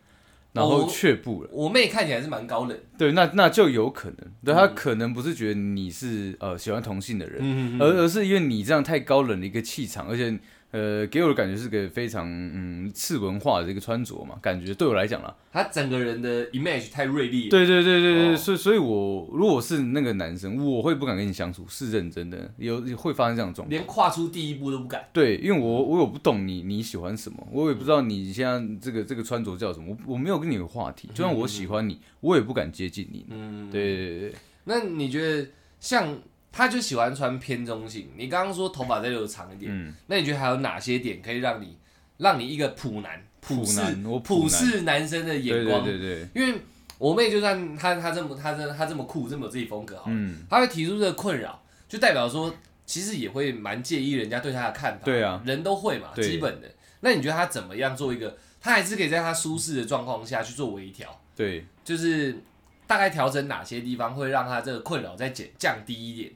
Speaker 2: 然后
Speaker 1: 哦
Speaker 2: 却步了。
Speaker 1: 我妹看起来是蛮高冷，
Speaker 2: 对，那那就有可能，对他可能不是觉得你是呃喜欢同性的人，
Speaker 1: 嗯
Speaker 2: 而而是因为你这样太高冷的一个气场，而且呃给我的感觉是个非常嗯次文化的一个穿着嘛，感觉对我来讲啦，
Speaker 1: 她整个人的 image 太锐利了。
Speaker 2: 对对对对对，
Speaker 1: 哦
Speaker 2: 所以所以我如果是那个男生，我会不敢跟你相处，是认真的，有会发生这样的状况。
Speaker 1: 连跨出第一步都不敢，
Speaker 2: 对，因为我
Speaker 1: 嗯
Speaker 2: 我我不懂你你喜欢什么，我也不知道你现在这个这个穿着叫什么，我我没有跟你有话题，就算我喜欢你，我也不敢接近你。
Speaker 1: 嗯，
Speaker 2: 对对对对，
Speaker 1: 那你觉得像他就喜欢穿偏中性？你刚刚说头发再留长一点，
Speaker 2: 嗯
Speaker 1: 那你觉得还有哪些点可以让你让你一个普男普世
Speaker 2: 男我普
Speaker 1: 普
Speaker 2: 男
Speaker 1: 世男生的眼
Speaker 2: 对
Speaker 1: 光？
Speaker 2: 对对对，
Speaker 1: 因为我妹就算她她这么她这她这么酷这么有自己风格好了，
Speaker 2: 嗯
Speaker 1: 她会提出这个困扰，就代表说其实也会蛮介意人家对她的看法。
Speaker 2: 对啊，
Speaker 1: 人都会嘛，
Speaker 2: 对
Speaker 1: 基本的。那你觉得她怎么样做一个？她还是可以在她舒适的状况下去做微调。
Speaker 2: 对，
Speaker 1: 就是大概调整哪些地方会让他这个困扰再减降低一点。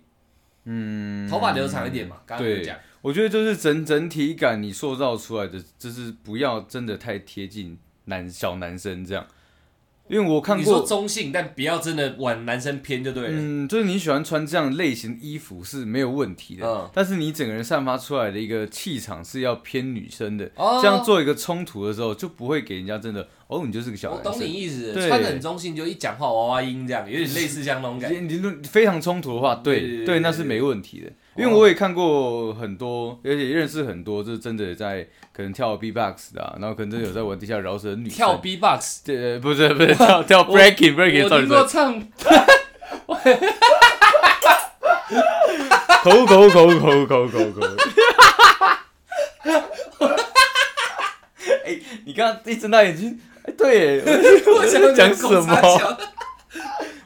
Speaker 1: 嗯，头发留长一点嘛，刚刚有
Speaker 2: 对
Speaker 1: 讲，
Speaker 2: 我觉得就是整整体感你塑造出来的，就是不要真的太贴近男小男生这样，因为我看
Speaker 1: 你
Speaker 2: 过
Speaker 1: 说中性，但不要真的往男生偏就对了。
Speaker 2: 嗯，就是你喜欢穿这样类型衣服是没有问题的，
Speaker 1: 嗯
Speaker 2: 但是你整个人散发出来的一个气场是要偏女生的，
Speaker 1: 哦
Speaker 2: 这样做一个冲突的时候就不会给人家真的哦，你就是个小
Speaker 1: 我
Speaker 2: 男
Speaker 1: 懂你
Speaker 2: 生。
Speaker 1: 意思，
Speaker 2: 对
Speaker 1: 穿的很中性，就一讲话娃娃音这样，有 点类似像那种感觉。
Speaker 2: 你你非常冲突的话，
Speaker 1: 对
Speaker 2: 对
Speaker 1: 对
Speaker 2: 对
Speaker 1: 对哦
Speaker 2: 那是没问题的。因为我也看过很多，而且认识很多，就是真的在可能跳 B-box 的、啊，然后可能真的有在玩地下饶舌的女生
Speaker 1: 跳 B-box，
Speaker 2: 对，呃不是不是跳跳 breaking
Speaker 1: 我
Speaker 2: breaking，
Speaker 1: 听过唱，
Speaker 2: 口误口误口误口误口误口误口误。 哎，你刚刚一睁大眼睛，哎，对耶，
Speaker 1: 我想说你
Speaker 2: 讲什么
Speaker 1: 狗傻 笑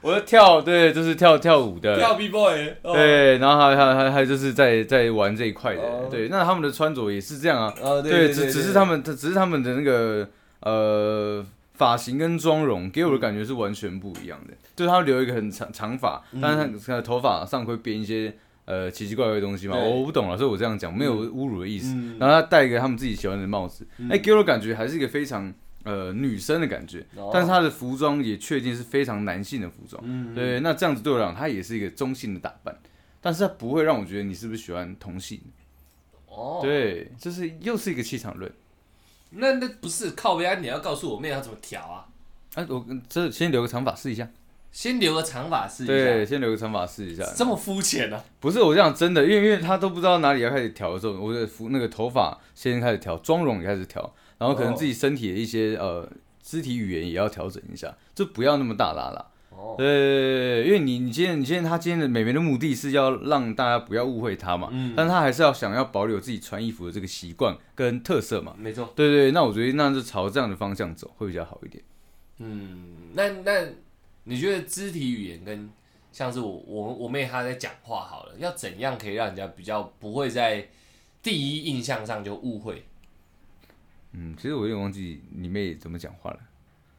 Speaker 2: 我我在跳，对，就是跳跳舞
Speaker 1: 跳
Speaker 2: 的，
Speaker 1: B-boy，哦，
Speaker 2: 对，然后还有还有还有还有就是在在玩这一块的
Speaker 1: 哦，
Speaker 2: 对，那他们的穿着也是这样啊，
Speaker 1: 哦，对
Speaker 2: 对，
Speaker 1: 对
Speaker 2: 只
Speaker 1: 对
Speaker 2: 只是
Speaker 1: 对
Speaker 2: 他们，只是他们的那个呃发型跟妆容，给我的感觉是完全不一样的。就是他留一个很长长发，但是
Speaker 1: 嗯
Speaker 2: 他他的头发上会编一些呃奇奇怪怪的东西嘛，
Speaker 1: 对
Speaker 2: 我不懂了，所以我这样讲没有侮辱的意思。
Speaker 1: 嗯
Speaker 2: 然后他戴一个他们自己喜欢的帽子，哎、给我的感觉还是一个非常呃女生的感觉，
Speaker 1: 哦
Speaker 2: 但是他的服装也确定是非常男性的服装。
Speaker 1: 嗯
Speaker 2: 对，那这样子对我来讲，他也是一个中性的打扮，但是他不会让我觉得你是不是喜欢同性。
Speaker 1: 哦，
Speaker 2: 对，就是又是一个气场论。
Speaker 1: 那那不是靠边，你要告诉我妹要怎么调啊？
Speaker 2: 哎、我这先留个长发试一下。
Speaker 1: 先留个长发试一
Speaker 2: 对，
Speaker 1: 下，
Speaker 2: 先留个长发试一下。
Speaker 1: 这么肤浅啊？
Speaker 2: 不是我这样真的，因为因为他都不知道哪里要开始调的时候，我的服那个头发先开始调，妆容也开始调，然后可能
Speaker 1: 哦
Speaker 2: 自己身体的一些、呃肢体语言也要调整一下，就不要那么大啦啦。
Speaker 1: 哦，
Speaker 2: 对，因为你你今天你今天他今天的美眉的目的是要让大家不要误会她嘛，
Speaker 1: 嗯
Speaker 2: 但他还是要想要保留自己穿衣服的这个习惯跟特色嘛。
Speaker 1: 啊没错。
Speaker 2: 对对，那我觉得那就朝这样的方向走会比较好一点。
Speaker 1: 嗯，那那你觉得肢体语言跟像是我我我妹她在讲话好了，要怎样可以让人家比较不会在第一印象上就误会？
Speaker 2: 嗯，其实我有点忘记你妹怎么讲话了。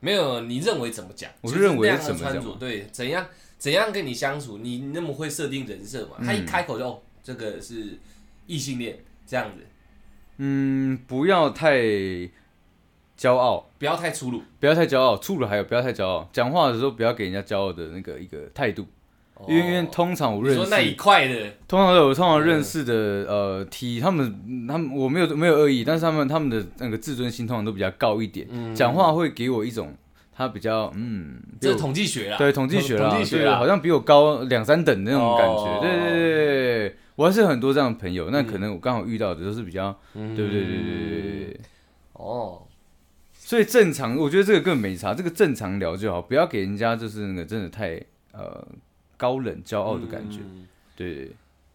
Speaker 1: 没有，你认为怎么讲？
Speaker 2: 我
Speaker 1: 就是
Speaker 2: 认为
Speaker 1: 那样的
Speaker 2: 怎么
Speaker 1: 穿
Speaker 2: 讲
Speaker 1: 着
Speaker 2: 吗
Speaker 1: 对，怎样怎样跟你相处？你那么会设定人设嘛？
Speaker 2: 嗯
Speaker 1: 她一开口就哦，这个是异性恋这样子，
Speaker 2: 嗯，不要太骄傲，
Speaker 1: 不要太粗鲁。
Speaker 2: 不要太骄傲，处了还有不要太骄傲，讲话的时候不要给人家骄傲的那个一个态度，因为因为
Speaker 1: 哦
Speaker 2: 通常我
Speaker 1: 你
Speaker 2: 认
Speaker 1: 说那一
Speaker 2: 识，
Speaker 1: 块的，
Speaker 2: 通常我通常认识的呃 T，他们他们我没有没有恶意，但是他们他们的那个自尊心通常都比较高一点，讲话会给我一种他比较嗯，比
Speaker 1: 这
Speaker 2: 我
Speaker 1: 是统计学啦，
Speaker 2: 对统计学啦，
Speaker 1: 统计学
Speaker 2: 对
Speaker 1: 啦，
Speaker 2: 好像比我高两三等那种感
Speaker 1: 哦
Speaker 2: 觉，对对对对对，我还是很多这样的朋友，那可能我刚好遇到的都是比较，对对对对对对
Speaker 1: 嗯
Speaker 2: 对。
Speaker 1: 哦，
Speaker 2: 所以正常，我觉得这个更没差，这个正常聊就好，不要给人家就是那个真的太呃高冷骄傲的感觉。
Speaker 1: 嗯
Speaker 2: 对，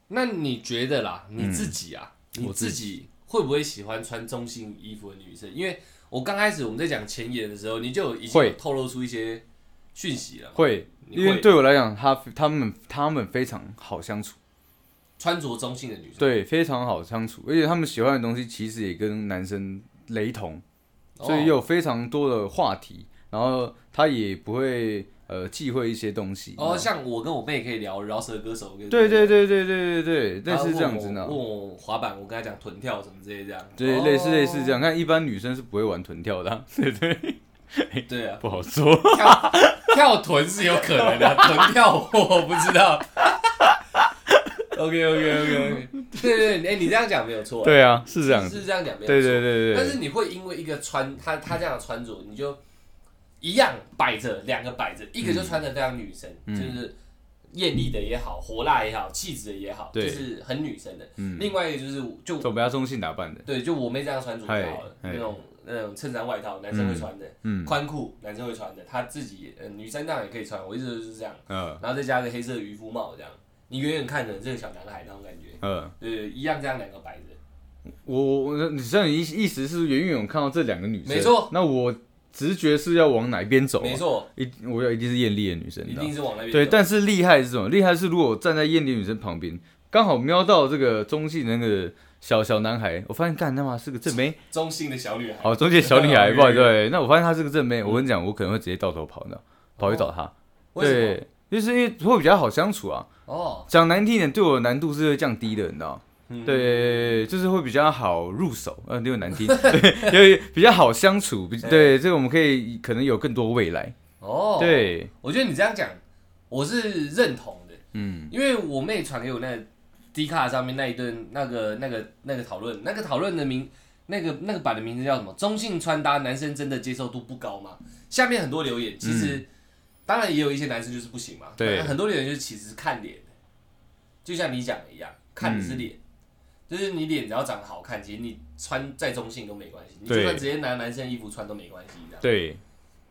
Speaker 1: 那你觉得啦，你自己啊，你
Speaker 2: 我
Speaker 1: 自
Speaker 2: 嗯自
Speaker 1: 己会不会喜欢穿中性衣服的女生？因为我刚开始我们在讲前言的时候，你就有已经
Speaker 2: 会
Speaker 1: 有透露出一些讯息了嘛，
Speaker 2: 会，
Speaker 1: 你
Speaker 2: 因为
Speaker 1: 会
Speaker 2: 对我来讲，他他们他们非常好相处，
Speaker 1: 穿着中性的女生，
Speaker 2: 对，非常好相处，而且他们喜欢的东西其实也跟男生雷同，
Speaker 1: 哦
Speaker 2: 所以有非常多的话题，然后他也不会呃忌讳一些东西。
Speaker 1: 哦，像我跟我妹可以聊饶舌歌手，跟
Speaker 2: 对对对对对对对，
Speaker 1: 她
Speaker 2: 类似
Speaker 1: 问
Speaker 2: 这样子呢
Speaker 1: 我。问我滑板，我跟她讲臀跳什么之类这样。
Speaker 2: 对，
Speaker 1: 哦
Speaker 2: 类似类似这样。看，一般女生是不会玩臀跳的啊、 对对，
Speaker 1: 对啊，
Speaker 2: 不好说。
Speaker 1: 跳臀是有可能 的，啊臀跳我不知道。OK OK OK，对对，对哎，你这样讲没有错，
Speaker 2: 对啊，是这样子。
Speaker 1: 是这样讲没有错。啊
Speaker 2: 对对对
Speaker 1: 但
Speaker 2: 对
Speaker 1: 是你会因为一个穿他他这样的穿着，你就一样摆着两个摆着，一个就穿的非常女生，
Speaker 2: 嗯
Speaker 1: 就是艳丽的也好，火辣也好，气质的也好，就
Speaker 2: 对
Speaker 1: 是很女生的。
Speaker 2: 嗯
Speaker 1: 另外一个就是
Speaker 2: 对，
Speaker 1: 就
Speaker 2: 总不要中性打扮的。
Speaker 1: 对，就我妹这样穿着
Speaker 2: 嗨
Speaker 1: 就好了，
Speaker 2: 嗨
Speaker 1: 那种那种衬衫外套男生会穿的，
Speaker 2: 嗯
Speaker 1: 宽裤男生会穿的，她自己也、呃、女生当然也可以穿，我一直都是这样，
Speaker 2: 嗯
Speaker 1: 然后再加个黑色渔夫帽这样，你远远看着这个小男孩那种感觉，
Speaker 2: 嗯，
Speaker 1: 对，一样这样两个摆着，
Speaker 2: 我我我你像你意意思是远远有看到这两个女生，
Speaker 1: 没错。
Speaker 2: 那我直觉是要往哪边走、啊？
Speaker 1: 没，错，
Speaker 2: 一我要一定是艳丽的女生，你
Speaker 1: 一
Speaker 2: 知道吗
Speaker 1: 定是往那边
Speaker 2: 对，
Speaker 1: 走
Speaker 2: 但是厉害是什么？厉害是如果我站在艳丽女生旁边，刚好瞄到这个中性那个小小男孩，我发现干他妈是个 正妹，
Speaker 1: 中性的小女孩。
Speaker 2: 哦，中间小女孩，
Speaker 1: OK，OK
Speaker 2: 不好意思，对，那我发现她是个正妹，我跟你讲，我可能会直接掉头跑呢，跑去找她，
Speaker 1: 哦为什么？
Speaker 2: 对，就是因为会比较好相处啊。
Speaker 1: 哦，
Speaker 2: 讲难听一点，对我的难度是会降低的，你知道吗？
Speaker 1: 嗯，
Speaker 2: 对，就是会比较好入手，呃，有 点难听，对，因为比较好相处，比对，这个我们可以可能有更多未来，
Speaker 1: 哦，，
Speaker 2: 对，
Speaker 1: 我觉得你这样讲，我是认同的，
Speaker 2: 嗯，
Speaker 1: 因为我妹传给我那个 D 卡上面那一顿那个那个那个讨论，那个讨论的名，那个那个版的名字叫什么？中性穿搭男生真的接受度不高吗？下面很多留言，其实、当然也有一些男生就是不行嘛，
Speaker 2: 嗯对
Speaker 1: 但很多留言就是其实看脸的，就像你讲的一样，看
Speaker 2: 嗯
Speaker 1: 的是脸。就是你脸只要长得好看，其实你穿再中性都没关系，你就
Speaker 2: 对
Speaker 1: 算直接拿男生衣服穿都没关系，这样。
Speaker 2: 对，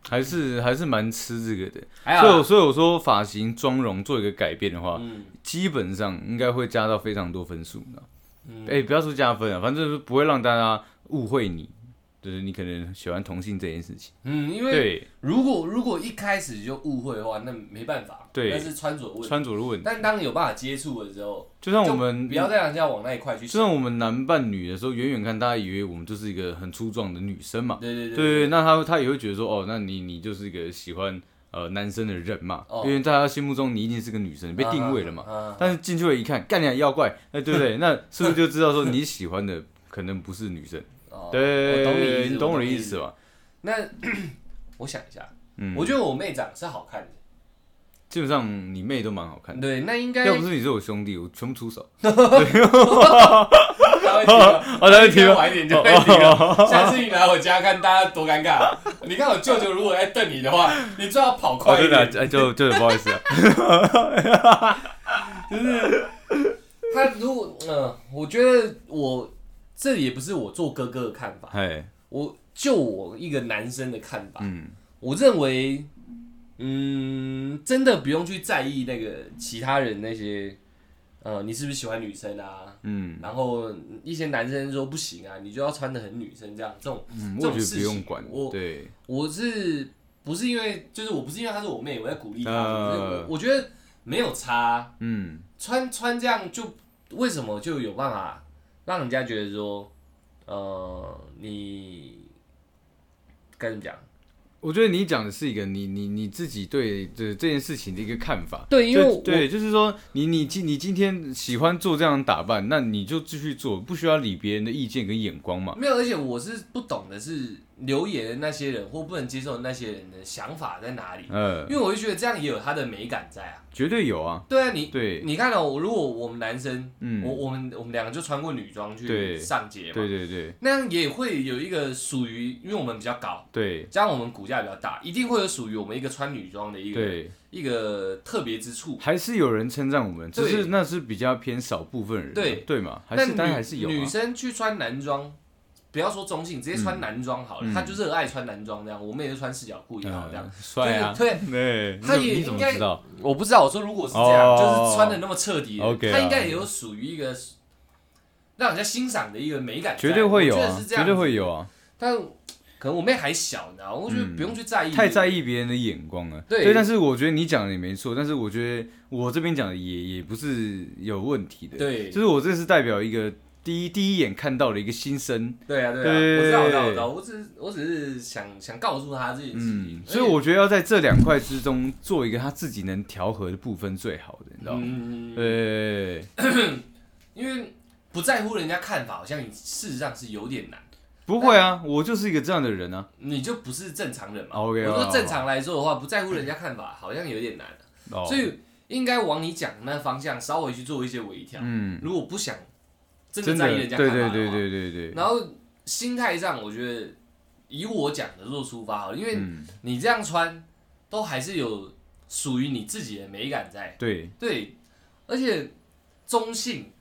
Speaker 2: 还是还是蛮吃这个的。
Speaker 1: 还好
Speaker 2: 所以
Speaker 1: 啦
Speaker 2: 我，所以我说发型妆容做一个改变的话，
Speaker 1: 嗯，
Speaker 2: 基本上应该会加到非常多分数呢。
Speaker 1: 嗯
Speaker 2: 哎、不要说加分啊，反正就是不会让大家误会你，就是你可能喜欢同性这件事情。
Speaker 1: 嗯，因为
Speaker 2: 对，
Speaker 1: 如果如果一开始就误会的话，那没办法，
Speaker 2: 对
Speaker 1: 那是穿着问题。
Speaker 2: 穿着的问题，
Speaker 1: 但当有办法接触的时候，
Speaker 2: 就像我
Speaker 1: 就
Speaker 2: 们
Speaker 1: 不要再让人家往那一块去
Speaker 2: 就
Speaker 1: 想。
Speaker 2: 像我们男扮女的时候，远远看大家以为我们就是一个很粗壮的女生嘛。
Speaker 1: 对对
Speaker 2: 对
Speaker 1: 对，
Speaker 2: 对，那他他也会觉得说，哦，那你你就是一个喜欢呃男生的人嘛，
Speaker 1: 哦
Speaker 2: 因为在他心目中你一定是个女生，你被定位了嘛。
Speaker 1: 啊啊啊
Speaker 2: 但是进去了一看，干你妖怪，哎，对不对？那是不是就知道说你喜欢的可能不是女生？
Speaker 1: 哦
Speaker 2: 对，
Speaker 1: 我懂你意思
Speaker 2: 你懂我的意思吧？
Speaker 1: 那 我想一下，
Speaker 2: 嗯
Speaker 1: 我觉得我妹长得是好看的，
Speaker 2: 基本上你妹都蛮好看的，
Speaker 1: 对，那应该
Speaker 2: 要不是你是我兄弟，我全部出手。
Speaker 1: 她 会提了，
Speaker 2: 哦，来
Speaker 1: 提
Speaker 2: 提哦
Speaker 1: 了，
Speaker 2: 了，
Speaker 1: 晚一点就会提了。下次你来我家看，大家多尴尬。你看我舅舅如果在瞪你的话，你最好跑
Speaker 2: 哦，
Speaker 1: 快一
Speaker 2: 对
Speaker 1: 点
Speaker 2: 的，。哎，就就不好意思啊。
Speaker 1: 他如果嗯、呃我觉得我这也不是我做哥哥的看法，
Speaker 2: 哎，
Speaker 1: 我就我一个男生的看法，
Speaker 2: 嗯，
Speaker 1: 我认为，嗯，真的不用去在意那个其他人那些，呃，你是不是喜欢女生啊？
Speaker 2: 嗯
Speaker 1: 然后一些男生说不行啊，你就要穿的很女生这样，这种
Speaker 2: 嗯，
Speaker 1: 这种
Speaker 2: 我觉得
Speaker 1: 事
Speaker 2: 不
Speaker 1: 情
Speaker 2: 用管
Speaker 1: 我，
Speaker 2: 对，
Speaker 1: 我是不是因为就是我不是因为她是我妹，我在鼓励她，
Speaker 2: 呃
Speaker 1: 只是我我觉得没有差啊、
Speaker 2: 嗯，
Speaker 1: 穿穿这样就为什么就有办法让人家觉得说，呃，你该怎么讲？
Speaker 2: 我觉得你讲的是一个你你你自己对这这件事情的一个看法。
Speaker 1: 对，因为
Speaker 2: 就
Speaker 1: 我
Speaker 2: 对，就是说你你今你今天喜欢做这样的打扮，那你就继续做，不需要理别人的意见跟眼光嘛。
Speaker 1: 没有，而且我是不懂的是留言的那些人或不能接受的那些人的想法在哪里，
Speaker 2: 呃
Speaker 1: 因，为我就觉得这样也有他的美感在啊。
Speaker 2: 绝对有啊，
Speaker 1: 对啊，你
Speaker 2: 对
Speaker 1: 你看哦，我如果我们男生，
Speaker 2: 嗯
Speaker 1: 我我们我们两个就穿过女装去
Speaker 2: 对
Speaker 1: 上街
Speaker 2: 对
Speaker 1: 嘛，
Speaker 2: 对对
Speaker 1: 那样也会有一个属于，因为我们比较高，
Speaker 2: 对
Speaker 1: 加上我们骨架比较大，一定会有属于我们一个穿女装的一个
Speaker 2: 对，
Speaker 1: 一个特别之处。
Speaker 2: 还是有人称赞我们，只
Speaker 1: 对
Speaker 2: 是那是比较偏少部分人啊，
Speaker 1: 对
Speaker 2: 对嘛，还
Speaker 1: 但
Speaker 2: 是
Speaker 1: 女
Speaker 2: 当然还是有
Speaker 1: 女
Speaker 2: 啊，
Speaker 1: 生去穿男装，不要说中性，直接穿男装好了。
Speaker 2: 嗯
Speaker 1: 她就热爱穿男装这样，我妹就穿四角裤也好这样
Speaker 2: 嗯。帅啊，
Speaker 1: 就是对，
Speaker 2: 对，你
Speaker 1: 他
Speaker 2: 怎么
Speaker 1: 也
Speaker 2: 你怎
Speaker 1: 应
Speaker 2: 么
Speaker 1: 该
Speaker 2: 知道？
Speaker 1: 我不知道，我说如果是这样，
Speaker 2: 哦
Speaker 1: 就是穿的那么彻底的
Speaker 2: OK 啊
Speaker 1: 她应该也有属于一个让人家欣赏的一个美感在，
Speaker 2: 绝对会有
Speaker 1: 我觉得
Speaker 2: 啊
Speaker 1: 是，这
Speaker 2: 绝
Speaker 1: 样，
Speaker 2: 对会。有啊，
Speaker 1: 但可能我妹还小，你知道吗，我觉得不用去在意，
Speaker 2: 嗯太在意别人的眼光了。
Speaker 1: 对
Speaker 2: 但是我觉得你讲的也没错，但是我觉得我这边讲的也也不是有问题的。
Speaker 1: 对
Speaker 2: 就是我这是代表一个第一第一眼看到的一个心声，
Speaker 1: 对啊，对
Speaker 2: 对
Speaker 1: 啊，我知道，我知道，我知道，我只是我只是想想告诉他自己，
Speaker 2: 嗯，所以我觉得要在这两块之中做一个他自己能调和的部分最好的，你知道吗？
Speaker 1: 嗯，
Speaker 2: 对，
Speaker 1: 因为不在乎人家看法，好像你事实上是有点难，
Speaker 2: 不会啊，我就是一个这样的人啊。
Speaker 1: 你就不是正常人嘛。
Speaker 2: OK，哦
Speaker 1: 我
Speaker 2: 好
Speaker 1: 说正常来说的话，不在乎人家看法，好像有点难，
Speaker 2: 哦
Speaker 1: 所以应该往你讲的那方向稍微去做一些微调。
Speaker 2: 嗯，
Speaker 1: 如果不想真的
Speaker 2: 真
Speaker 1: 在
Speaker 2: 的，
Speaker 1: 意
Speaker 2: 对
Speaker 1: 人家看
Speaker 2: 对
Speaker 1: 法的话，
Speaker 2: 对对对对，
Speaker 1: 然后心态上，我觉得以我讲的做出发好了，因为
Speaker 2: 嗯，
Speaker 1: 你这样穿都还是有属于你自己的美感在。
Speaker 2: 对
Speaker 1: 对，而且中性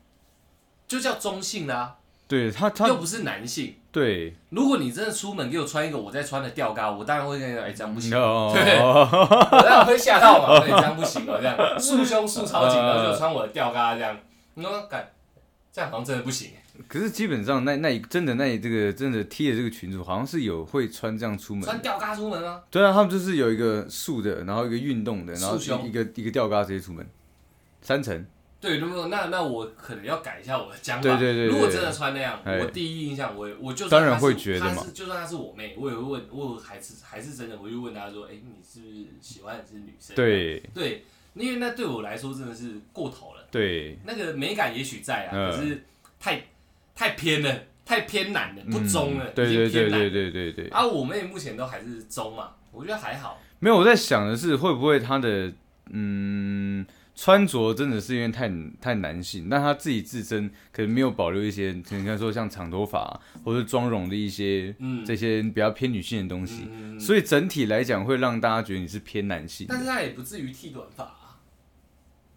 Speaker 1: 就叫中性啊啦、
Speaker 2: 对，他
Speaker 1: 又
Speaker 2: 他
Speaker 1: 不是男性。
Speaker 2: 对，
Speaker 1: 如果你真的出门给我穿一个我在穿的吊嘎，我当然会跟你讲，哎、这样不
Speaker 2: 嗯
Speaker 1: 行，
Speaker 2: 哦，
Speaker 1: 我当然会吓到 嘛，哎、这样不行哦，这样束胸束超紧，然
Speaker 2: 嗯
Speaker 1: 后就穿我的吊嘎这样，你说干，这样好像真的不行，欸
Speaker 2: 可是基本上那那一真的那一这个真的贴的这个群主好像是有会穿这样出门的，
Speaker 1: 穿吊嘎出门啊？
Speaker 2: 对啊，他们就是有一个竖的，然后一个运动的，然后
Speaker 1: 束胸
Speaker 2: 一个一个吊嘎直接出门，三层，
Speaker 1: 对，如果那那我可能要改一下我的讲法。
Speaker 2: 对对对对
Speaker 1: 如果真的穿那样，
Speaker 2: 哎
Speaker 1: 我第一印象我也我就算
Speaker 2: 当然
Speaker 1: 她是
Speaker 2: 会觉得嘛
Speaker 1: 她是就算她是我妹，我也会问，我还是还是真的，我就问她说，哎、你是不是喜欢的是女生？
Speaker 2: 对
Speaker 1: 对，因为那对我来说真的是过头了，
Speaker 2: 对，
Speaker 1: 那个美感也许在啊，
Speaker 2: 嗯
Speaker 1: 可是太太偏了，太偏难了，不中了，
Speaker 2: 嗯对
Speaker 1: 已
Speaker 2: 对
Speaker 1: 经
Speaker 2: 对
Speaker 1: 偏难
Speaker 2: 对对对对，
Speaker 1: 啊，我妹目前都还是中嘛，我觉得还好，
Speaker 2: 没有，我在想的是会不会他的嗯穿着真的是因为太太男性，那他自己自身可能没有保留一些，你看说像长头发、或者妆容的一些、
Speaker 1: 嗯，
Speaker 2: 这些比较偏女性的东西，
Speaker 1: 嗯，
Speaker 2: 所以整体来讲会让大家觉得你是偏男性的
Speaker 1: 但是她也不至于剃短发、啊，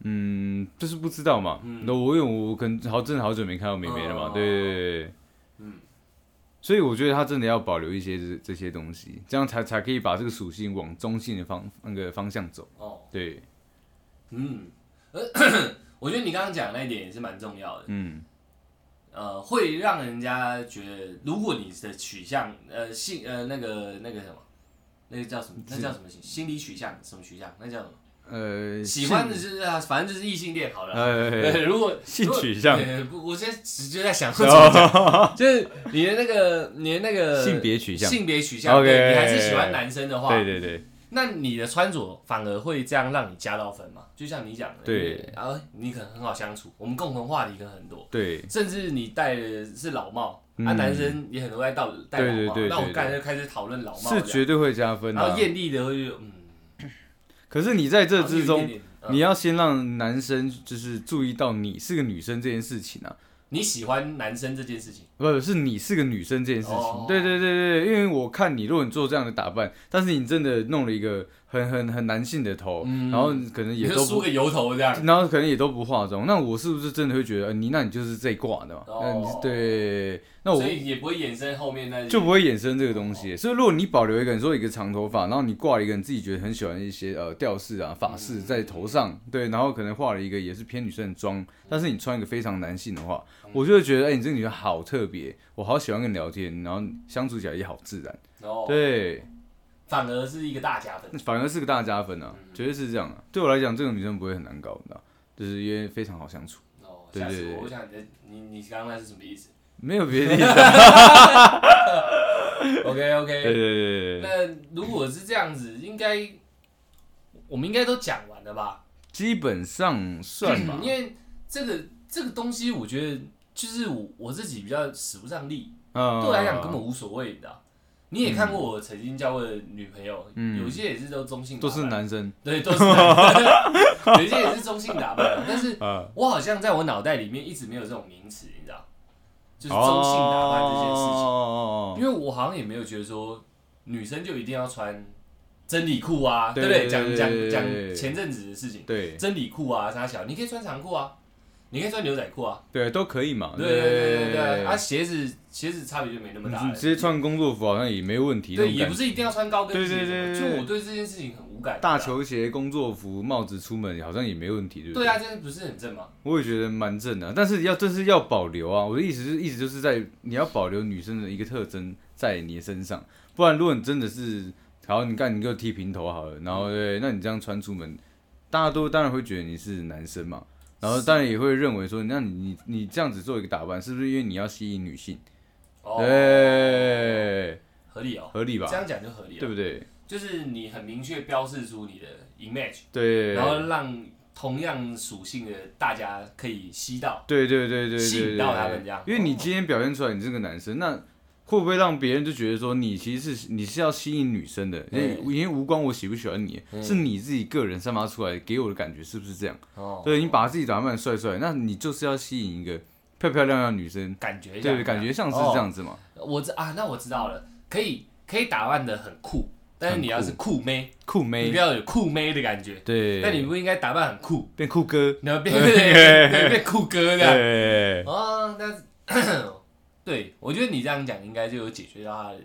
Speaker 2: 嗯，就是不知道嘛。
Speaker 1: 嗯
Speaker 2: 那、我有我可能好真的好久没看到美眉了嘛，
Speaker 1: 哦
Speaker 2: 对对对对。
Speaker 1: 嗯
Speaker 2: 所以我觉得他真的要保留一些这这些东西，这样才才可以把这个属性往中性的方那个方向走。
Speaker 1: 哦，
Speaker 2: 对，
Speaker 1: 嗯， 我觉得你刚刚讲的那一点也是蛮重要的，
Speaker 2: 嗯，
Speaker 1: 呃，会让人家觉得，如果你的取向，呃，性，呃，那个那个什么，那个叫什么？那叫什么？心理取向？什么取向？那叫什么？
Speaker 2: 呃，
Speaker 1: 喜欢的
Speaker 2: 性
Speaker 1: 就是啊，反正就是异性恋好了。
Speaker 2: 呃，
Speaker 1: 呃如 果
Speaker 2: 性取向
Speaker 1: 如果呃不我现在直接在 想说怎么讲，就是你的那个你的那个
Speaker 2: 性别取向
Speaker 1: 性别取向
Speaker 2: OK
Speaker 1: 对你还是喜欢男生的话，
Speaker 2: 对对对，
Speaker 1: 那你的穿着反而会这样让你加到分嘛？就像你讲的，
Speaker 2: 对
Speaker 1: 然后你可能很好相处，我们共同话题可能很多，
Speaker 2: 对
Speaker 1: 甚至你戴的是老帽，
Speaker 2: 嗯
Speaker 1: 啊，男生也很多在戴戴老帽，
Speaker 2: 对对对对
Speaker 1: 那我
Speaker 2: 对
Speaker 1: 刚才就开始讨论老帽这
Speaker 2: 是
Speaker 1: 样，
Speaker 2: 绝对会加分的
Speaker 1: 然
Speaker 2: 啊、
Speaker 1: 后艳丽的会就嗯，
Speaker 2: 可是你在这之
Speaker 1: 好像有一
Speaker 2: 中，
Speaker 1: 点点嗯
Speaker 2: 你要先让男生就是注意到你是个女生这件事情啊。
Speaker 1: 你喜欢男生这件事情。
Speaker 2: 不是你是个女生这件事情，
Speaker 1: 哦
Speaker 2: 对对对对，因为我看你，如果你做这样的打扮，但是你真的弄了一个很很很男性的头，
Speaker 1: 嗯
Speaker 2: 然后可能
Speaker 1: 你
Speaker 2: 也
Speaker 1: 就
Speaker 2: 都
Speaker 1: 梳
Speaker 2: 不，
Speaker 1: 个油头这样，
Speaker 2: 然后可能也都不化妆，那我是不是真的会觉得，呃你那你就是这一挂的嘛？
Speaker 1: 哦
Speaker 2: 那你是对，那我
Speaker 1: 所以也不会衍生后面那些
Speaker 2: 就不会衍生这个东西。所以如果你保留一个，你说一个长头发，然后你挂了一个你自己觉得很喜欢的一些呃吊饰啊、发饰
Speaker 1: 嗯
Speaker 2: 在头上，对，然后可能画了一个也是偏女生的
Speaker 1: 嗯
Speaker 2: 妆，但是你穿一个非常男性的话，我就会觉得，哎、你这个女生好特别，我好喜欢跟你聊天，然后相处起来也好自然，
Speaker 1: 哦，
Speaker 2: 对，
Speaker 1: 反而是一个大加分。
Speaker 2: 反而是个大加分啊，绝对是这样啊。对我来讲，这个女生不会很难搞，你知道，就是因为非常好相处，
Speaker 1: 哦，
Speaker 2: 对
Speaker 1: 吓
Speaker 2: 对
Speaker 1: 死
Speaker 2: 对
Speaker 1: 我！我想你的你你刚刚那是什么意思
Speaker 2: 没有别的意思 啊。
Speaker 1: ？OK
Speaker 2: 对对
Speaker 1: OK，
Speaker 2: 对对对，
Speaker 1: 那如果是这样子，应该我们应该都讲完了吧？
Speaker 2: 基本上算吧
Speaker 1: 嗯。因为这个这个东西，我觉得就是我我自己比较使不上力，
Speaker 2: 嗯
Speaker 1: 对我来讲根本无所谓，你知道。你也看过我曾经交过的女朋友，
Speaker 2: 嗯
Speaker 1: 有一些也是都中性打
Speaker 2: 都
Speaker 1: 扮，
Speaker 2: 是男生
Speaker 1: 对，都是男， 有一些也是中性打扮，但是
Speaker 2: 啊。
Speaker 1: 我好像在我脑袋里面一直没有这种名词，你知道，就是中性打扮这件事情，
Speaker 2: 哦
Speaker 1: 因为我好像也没有觉得说女生就一定要穿真理裤啊，
Speaker 2: 对
Speaker 1: 不对？
Speaker 2: 对
Speaker 1: 讲
Speaker 2: 对
Speaker 1: 讲
Speaker 2: 对
Speaker 1: 讲前阵子的事情，
Speaker 2: 对
Speaker 1: 真理裤啊，啥小，你可以穿长裤啊，你可以穿牛仔裤啊，
Speaker 2: 哦对都可以嘛。嗯
Speaker 1: 对对对对对，啊，鞋子鞋子差别就没那么大
Speaker 2: 你
Speaker 1: 了
Speaker 2: 直，接穿工作服好像也没问题。那
Speaker 1: 对，
Speaker 2: 种
Speaker 1: 也
Speaker 2: 感
Speaker 1: 不
Speaker 2: 觉
Speaker 1: 是一定要穿高跟鞋
Speaker 2: 对对
Speaker 1: 什
Speaker 2: 对
Speaker 1: 么，
Speaker 2: 对对
Speaker 1: 就我对这件事情很无感。
Speaker 2: 大
Speaker 1: 你知道
Speaker 2: 球鞋、工作服、帽子出门好像也没问题，对不
Speaker 1: 对啊，，这样不是很正吗？
Speaker 2: 我也觉得蛮正的，啊但是要这是要保留啊。我的意思是，一直就是在你要保留女生的一个特征在你的身上，不然如果你真的是，好，你看你给
Speaker 1: 嗯
Speaker 2: 我哎剃平头好了，然后对，那你这样穿出门，大家都当然会觉得你是男生嘛。然后当然也会认为说，那你你你这样子做一个打扮，是不是因为你要吸引女性？
Speaker 1: 哦，
Speaker 2: 对，
Speaker 1: 合理哦，
Speaker 2: 合理吧
Speaker 1: 这？样讲就合理
Speaker 2: 对
Speaker 1: 了，
Speaker 2: 不对？
Speaker 1: 就是你很明确标示出你的 image，
Speaker 2: 对，
Speaker 1: 然后让同样属性的大家可以吸到，
Speaker 2: 对对对对对，
Speaker 1: 吸引到他们这样
Speaker 2: 因为你今天表现出来你是个男生，那会不会让别人就觉得说你其实是你是要吸引女生的？因为
Speaker 1: 嗯
Speaker 2: 因为无关我喜不喜欢你，是你自己个人散发出来给我的感觉是不是这样？
Speaker 1: 哦，
Speaker 2: 对你把自己打扮得帅帅，那你就是要吸引一个漂漂亮亮的女生，
Speaker 1: 感觉一下
Speaker 2: 对，感觉像是这样子嘛。
Speaker 1: 我知啊，那我知道了，可以可以打扮的很酷，但是你要是酷妹，
Speaker 2: 酷
Speaker 1: 你
Speaker 2: 妹
Speaker 1: 不，要有酷妹的感觉，
Speaker 2: 对，
Speaker 1: 但你不应该打扮很 酷，
Speaker 2: 变酷哥，
Speaker 1: 你要变对变酷哥这样
Speaker 2: 对，
Speaker 1: 啊，那是 对我觉得你这样讲应该就有解决到他的，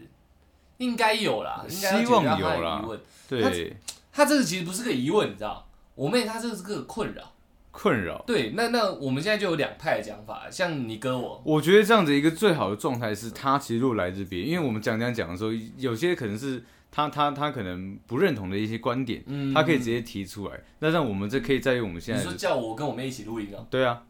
Speaker 1: 应该有啦，应该要解决到
Speaker 2: 希
Speaker 1: 他
Speaker 2: 望
Speaker 1: 的
Speaker 2: 有啦
Speaker 1: 疑问，
Speaker 2: 对，
Speaker 1: 他这个其实不是个疑问，你知道，我妹她这个是个困扰。
Speaker 2: 困扰。
Speaker 1: 对，那那我们现在就有两派的讲法，像你跟我，
Speaker 2: 我觉得这样子一个最好的状态是，他其实如果来这边，因为我们讲讲讲的时候，有些可能是他他他可能不认同的一些观点，
Speaker 1: 嗯
Speaker 2: 他可以直接提出来，那让我们这可以再用我们现
Speaker 1: 你
Speaker 2: 在
Speaker 1: 说
Speaker 2: 的
Speaker 1: 叫我跟我妹一起录音啊，
Speaker 2: 对啊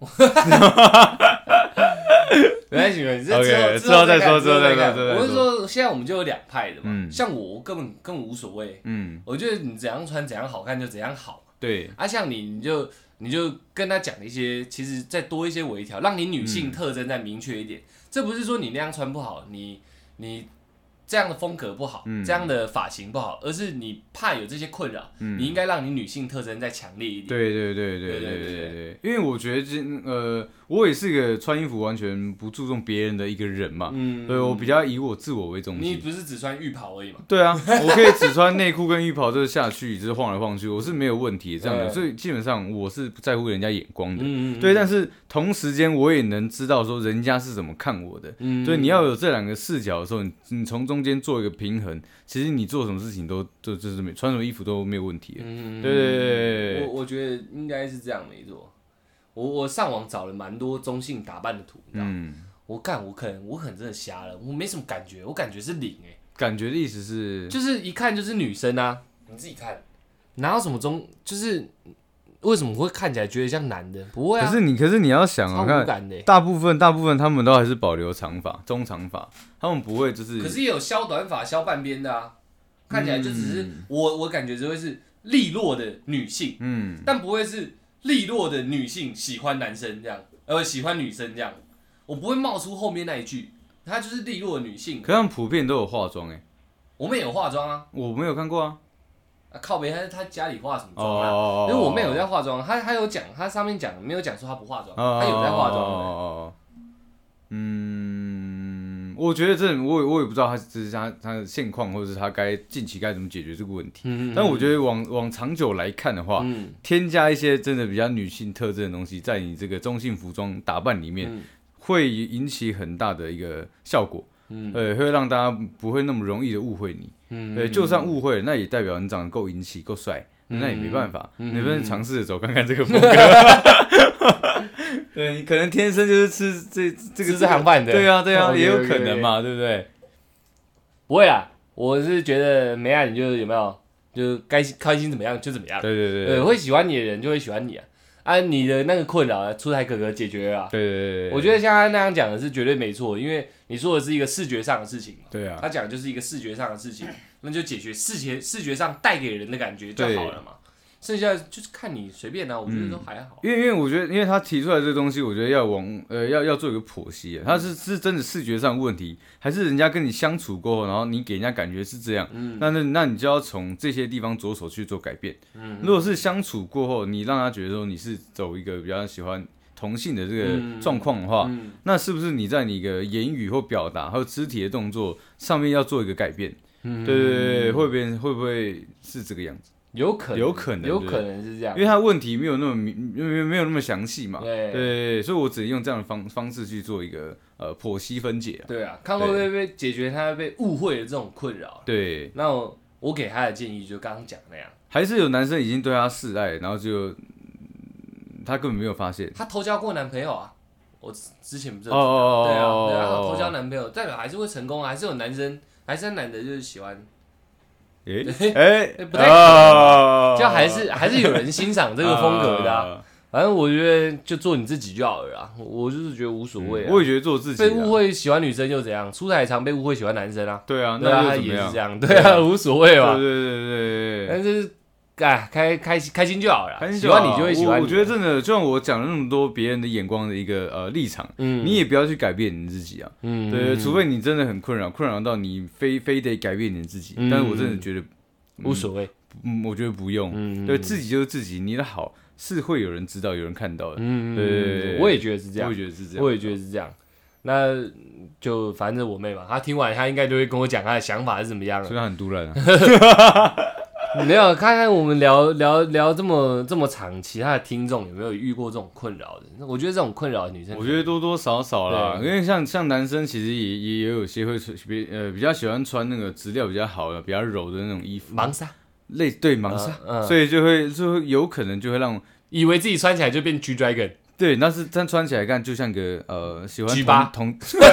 Speaker 1: 没关系，没关系，
Speaker 2: OK，
Speaker 1: 之后
Speaker 2: 之后再
Speaker 1: 看
Speaker 2: 说之后再
Speaker 1: 看
Speaker 2: 说之后再
Speaker 1: 我是
Speaker 2: 说
Speaker 1: 说，现在我们就有两派的嘛，
Speaker 2: 嗯
Speaker 1: 像我我根本根本无所谓，
Speaker 2: 嗯
Speaker 1: 我觉得你怎样穿怎样好看就怎样好嘛
Speaker 2: 对
Speaker 1: 啊，像你你就你就跟他讲一些，其实再多一些微调，让你女
Speaker 2: 嗯
Speaker 1: 性特征再明确一点。这不是说你那样穿不好，你你这样的风格不好，
Speaker 2: 嗯
Speaker 1: 这样的发型不好，而是你怕有这些困扰，
Speaker 2: 嗯
Speaker 1: 你应该让你女性特征再强烈一点。
Speaker 2: 对对对对
Speaker 1: 对
Speaker 2: 对
Speaker 1: 对
Speaker 2: 对对，因为我觉得今呃，我也是个穿衣服完全不注重别人的一个人嘛，
Speaker 1: 嗯，
Speaker 2: 所以我比较以我自我为中
Speaker 1: 你
Speaker 2: 心。
Speaker 1: 不是只穿浴袍而已嘛？
Speaker 2: 对啊，我可以只穿内裤跟浴袍就是下去，就是晃来晃去，我是没有问题的这样的，
Speaker 1: 嗯
Speaker 2: 所以基本上我是不在乎人家眼光的。
Speaker 1: 嗯
Speaker 2: 对，但是同时间我也能知道说人家是怎么看我的。
Speaker 1: 嗯
Speaker 2: 所以你要有这两个视角的时候，你你从中间做一个平衡，其实你做什么事情都都就是没穿什么衣服都没有问题的。
Speaker 1: 嗯
Speaker 2: 对对对对
Speaker 1: 我我觉得应该是这样没错。我我上网找了蛮多中性打扮的图，你知道吗？
Speaker 2: 嗯，
Speaker 1: 我干，我可能我可能真的瞎了，我没什么感觉，我感觉是零哎、
Speaker 2: 感觉的意思是，
Speaker 1: 就是一看就是女生啊，你自己看，哪有什么中，就是为什么会看起来觉得像男的？不会啊，
Speaker 2: 可是你可是你要想
Speaker 1: 超
Speaker 2: 啊，
Speaker 1: 无
Speaker 2: 看
Speaker 1: 感的欸、
Speaker 2: 大部分大部分他们都还是保留长发、中长发，他们不会就是
Speaker 1: 可是也有削短发、削半边的啊，看起来就只是、我我感觉就会是利落的女性。
Speaker 2: 嗯，
Speaker 1: 但不会是利落的女性喜欢男生这样，呃，喜欢女生这样，我不会冒出后面那一句，她就是利落的女性。
Speaker 2: 可他们普遍都有化妆哎、
Speaker 1: 我妹有化妆啊，
Speaker 2: 我没有看过啊。
Speaker 1: 啊靠北，她她家里化什么
Speaker 2: 哦
Speaker 1: 妆啊？
Speaker 2: 哦
Speaker 1: 因为我妹有在
Speaker 2: 在
Speaker 1: 化妆，她她有讲，她上面讲没有讲说她不化妆，她有在化妆的。
Speaker 2: 哦，嗯，我觉得这我也我也不知道他这是他他的现况，或者是他该近期该怎么解决这个问题。
Speaker 1: 嗯
Speaker 2: 但我觉啊得往往长久来看的话，
Speaker 1: 嗯，
Speaker 2: 添加一些真的比较女性特征的东西，在你这个中性服装打扮里面，
Speaker 1: 嗯
Speaker 2: 会引起很大的一个效果。
Speaker 1: 嗯
Speaker 2: 呃，会让大家不会那么容易的误会你。
Speaker 1: 嗯
Speaker 2: 对，就算误会了，那也代表你长得够英气、够帅，那也没办法，你不能尝试着走看看这个 风格。对，你可能天生就是吃这这个
Speaker 1: 吃这行饭的
Speaker 2: 对啊，对啊，
Speaker 1: OK，OK，OK
Speaker 2: 也有可能嘛，对不对？
Speaker 1: 不会啦，我是觉得没啊，你就有没有，就该开心怎么样就怎么样。
Speaker 2: 对对对
Speaker 1: 对，会喜欢你的人就会喜欢你啊，啊，你的那个困扰啊，出台哥哥解决了啊。
Speaker 2: 对对对，
Speaker 1: 我觉得像他那样讲的是绝对没错，因为你说的是一个视觉上的事情嘛，
Speaker 2: 对啊，
Speaker 1: 他讲的就是一个视觉上的事 情，那就解决视觉视觉上带给人的感觉就好了嘛。剩下就是看你随便啊，我觉得都还好。
Speaker 2: 因为因为我觉得，因为他提出来这个东西，我觉得要往呃要要做一个剖析啊，他是是真的视觉上的问题，还是人家跟你相处过后，然后你给人家感觉是这样，那那那你就要从这些地方着手去做改变。
Speaker 1: 嗯
Speaker 2: 如果是相处过后，你让他觉得说你是走一个比较喜欢同性的这
Speaker 1: 嗯
Speaker 2: 个状况的话，
Speaker 1: 嗯
Speaker 2: 那是不是你在你的言语或表达还有肢体的动作上面要做一个改变？
Speaker 1: 嗯
Speaker 2: 对对对对，会变会不会是这个样子？
Speaker 1: 有可能，
Speaker 2: 有可能
Speaker 1: 有可能是这样
Speaker 2: 因。为他问题没有那么明，没有没有那么详细嘛。
Speaker 1: 嗯对
Speaker 2: 对，所以我只能用这样的方方式去做一个呃剖析分解啊。
Speaker 1: 对啊，看会不会被解决他被误会的这种困扰。
Speaker 2: 对，
Speaker 1: 那我我给他的建议就刚刚讲那样，
Speaker 2: 还是有男生已经对他示爱，然后就、嗯他根本没有发现。
Speaker 1: 他偷交过男朋友啊，我之之前不是有
Speaker 2: 哦哦
Speaker 1: 对啊，
Speaker 2: 哦
Speaker 1: 对啊，他
Speaker 2: 哦
Speaker 1: 偷交男朋友，代表还是会成功啊，还是有男生，还是男的就是喜欢，
Speaker 2: 诶
Speaker 1: 对
Speaker 2: 哦诶，
Speaker 1: 不太可能
Speaker 2: 哦
Speaker 1: 就还是还是有人欣赏这个风格的啊、
Speaker 2: 啊
Speaker 1: 反正我觉得就做你自己就好了啦，我就是觉得无所谓、啊
Speaker 2: 我也觉得做自己、啊。
Speaker 1: 被误会喜欢女生又怎样？出彩常被误会喜欢男生啊，
Speaker 2: 对啊，
Speaker 1: 对
Speaker 2: 那
Speaker 1: 啊，
Speaker 2: 又
Speaker 1: 他
Speaker 2: 怎么
Speaker 1: 也
Speaker 2: 样
Speaker 1: 是这？样，对啊，无所谓
Speaker 2: 对
Speaker 1: 嘛
Speaker 2: 对。对对对
Speaker 1: 但是，哎，开开心开心就好了啦，
Speaker 2: 对，
Speaker 1: 喜欢你就会喜欢
Speaker 2: 我
Speaker 1: 你。啊
Speaker 2: 我觉得真的，就像我讲了那么多别人的眼光的一个呃立场，
Speaker 1: 嗯
Speaker 2: 你也不要去改变你自己啊。
Speaker 1: 嗯
Speaker 2: 对，除非你真的很困扰，困扰到你非非得改变你自己。
Speaker 1: 嗯
Speaker 2: 但是我真的觉得，
Speaker 1: 无所谓，
Speaker 2: 嗯，我觉得不用。
Speaker 1: 嗯
Speaker 2: 对自己就是自己，你的好是会有人知道，有人看到的。
Speaker 1: 嗯，
Speaker 2: 对对对对
Speaker 1: 我也觉得是这
Speaker 2: 我
Speaker 1: 样
Speaker 2: 也，觉得是这样，
Speaker 1: 我也觉得是这样。那就反正我妹嘛，她听完她应该就会跟我讲她的想法是怎么样了
Speaker 2: 所。以他很 突然啊。
Speaker 1: 没有，看看我们聊聊聊这么这么长，其他的听众有没有遇过这种困扰的？我觉得这种困扰的女生，
Speaker 2: 我觉得多多少少啦，因
Speaker 1: 对
Speaker 2: 为像像男生其实也也也有些会穿比呃比较喜欢穿那个质料比较好的、比较柔的那种衣服，
Speaker 1: 盲杀，
Speaker 2: 类对盲纱，
Speaker 1: 嗯嗯
Speaker 2: 所以就会就会有可能就会让
Speaker 1: 以为自己穿起来就变 G Dragon，
Speaker 2: 对，但是但穿起来看就像个呃喜欢
Speaker 1: G8
Speaker 2: 同同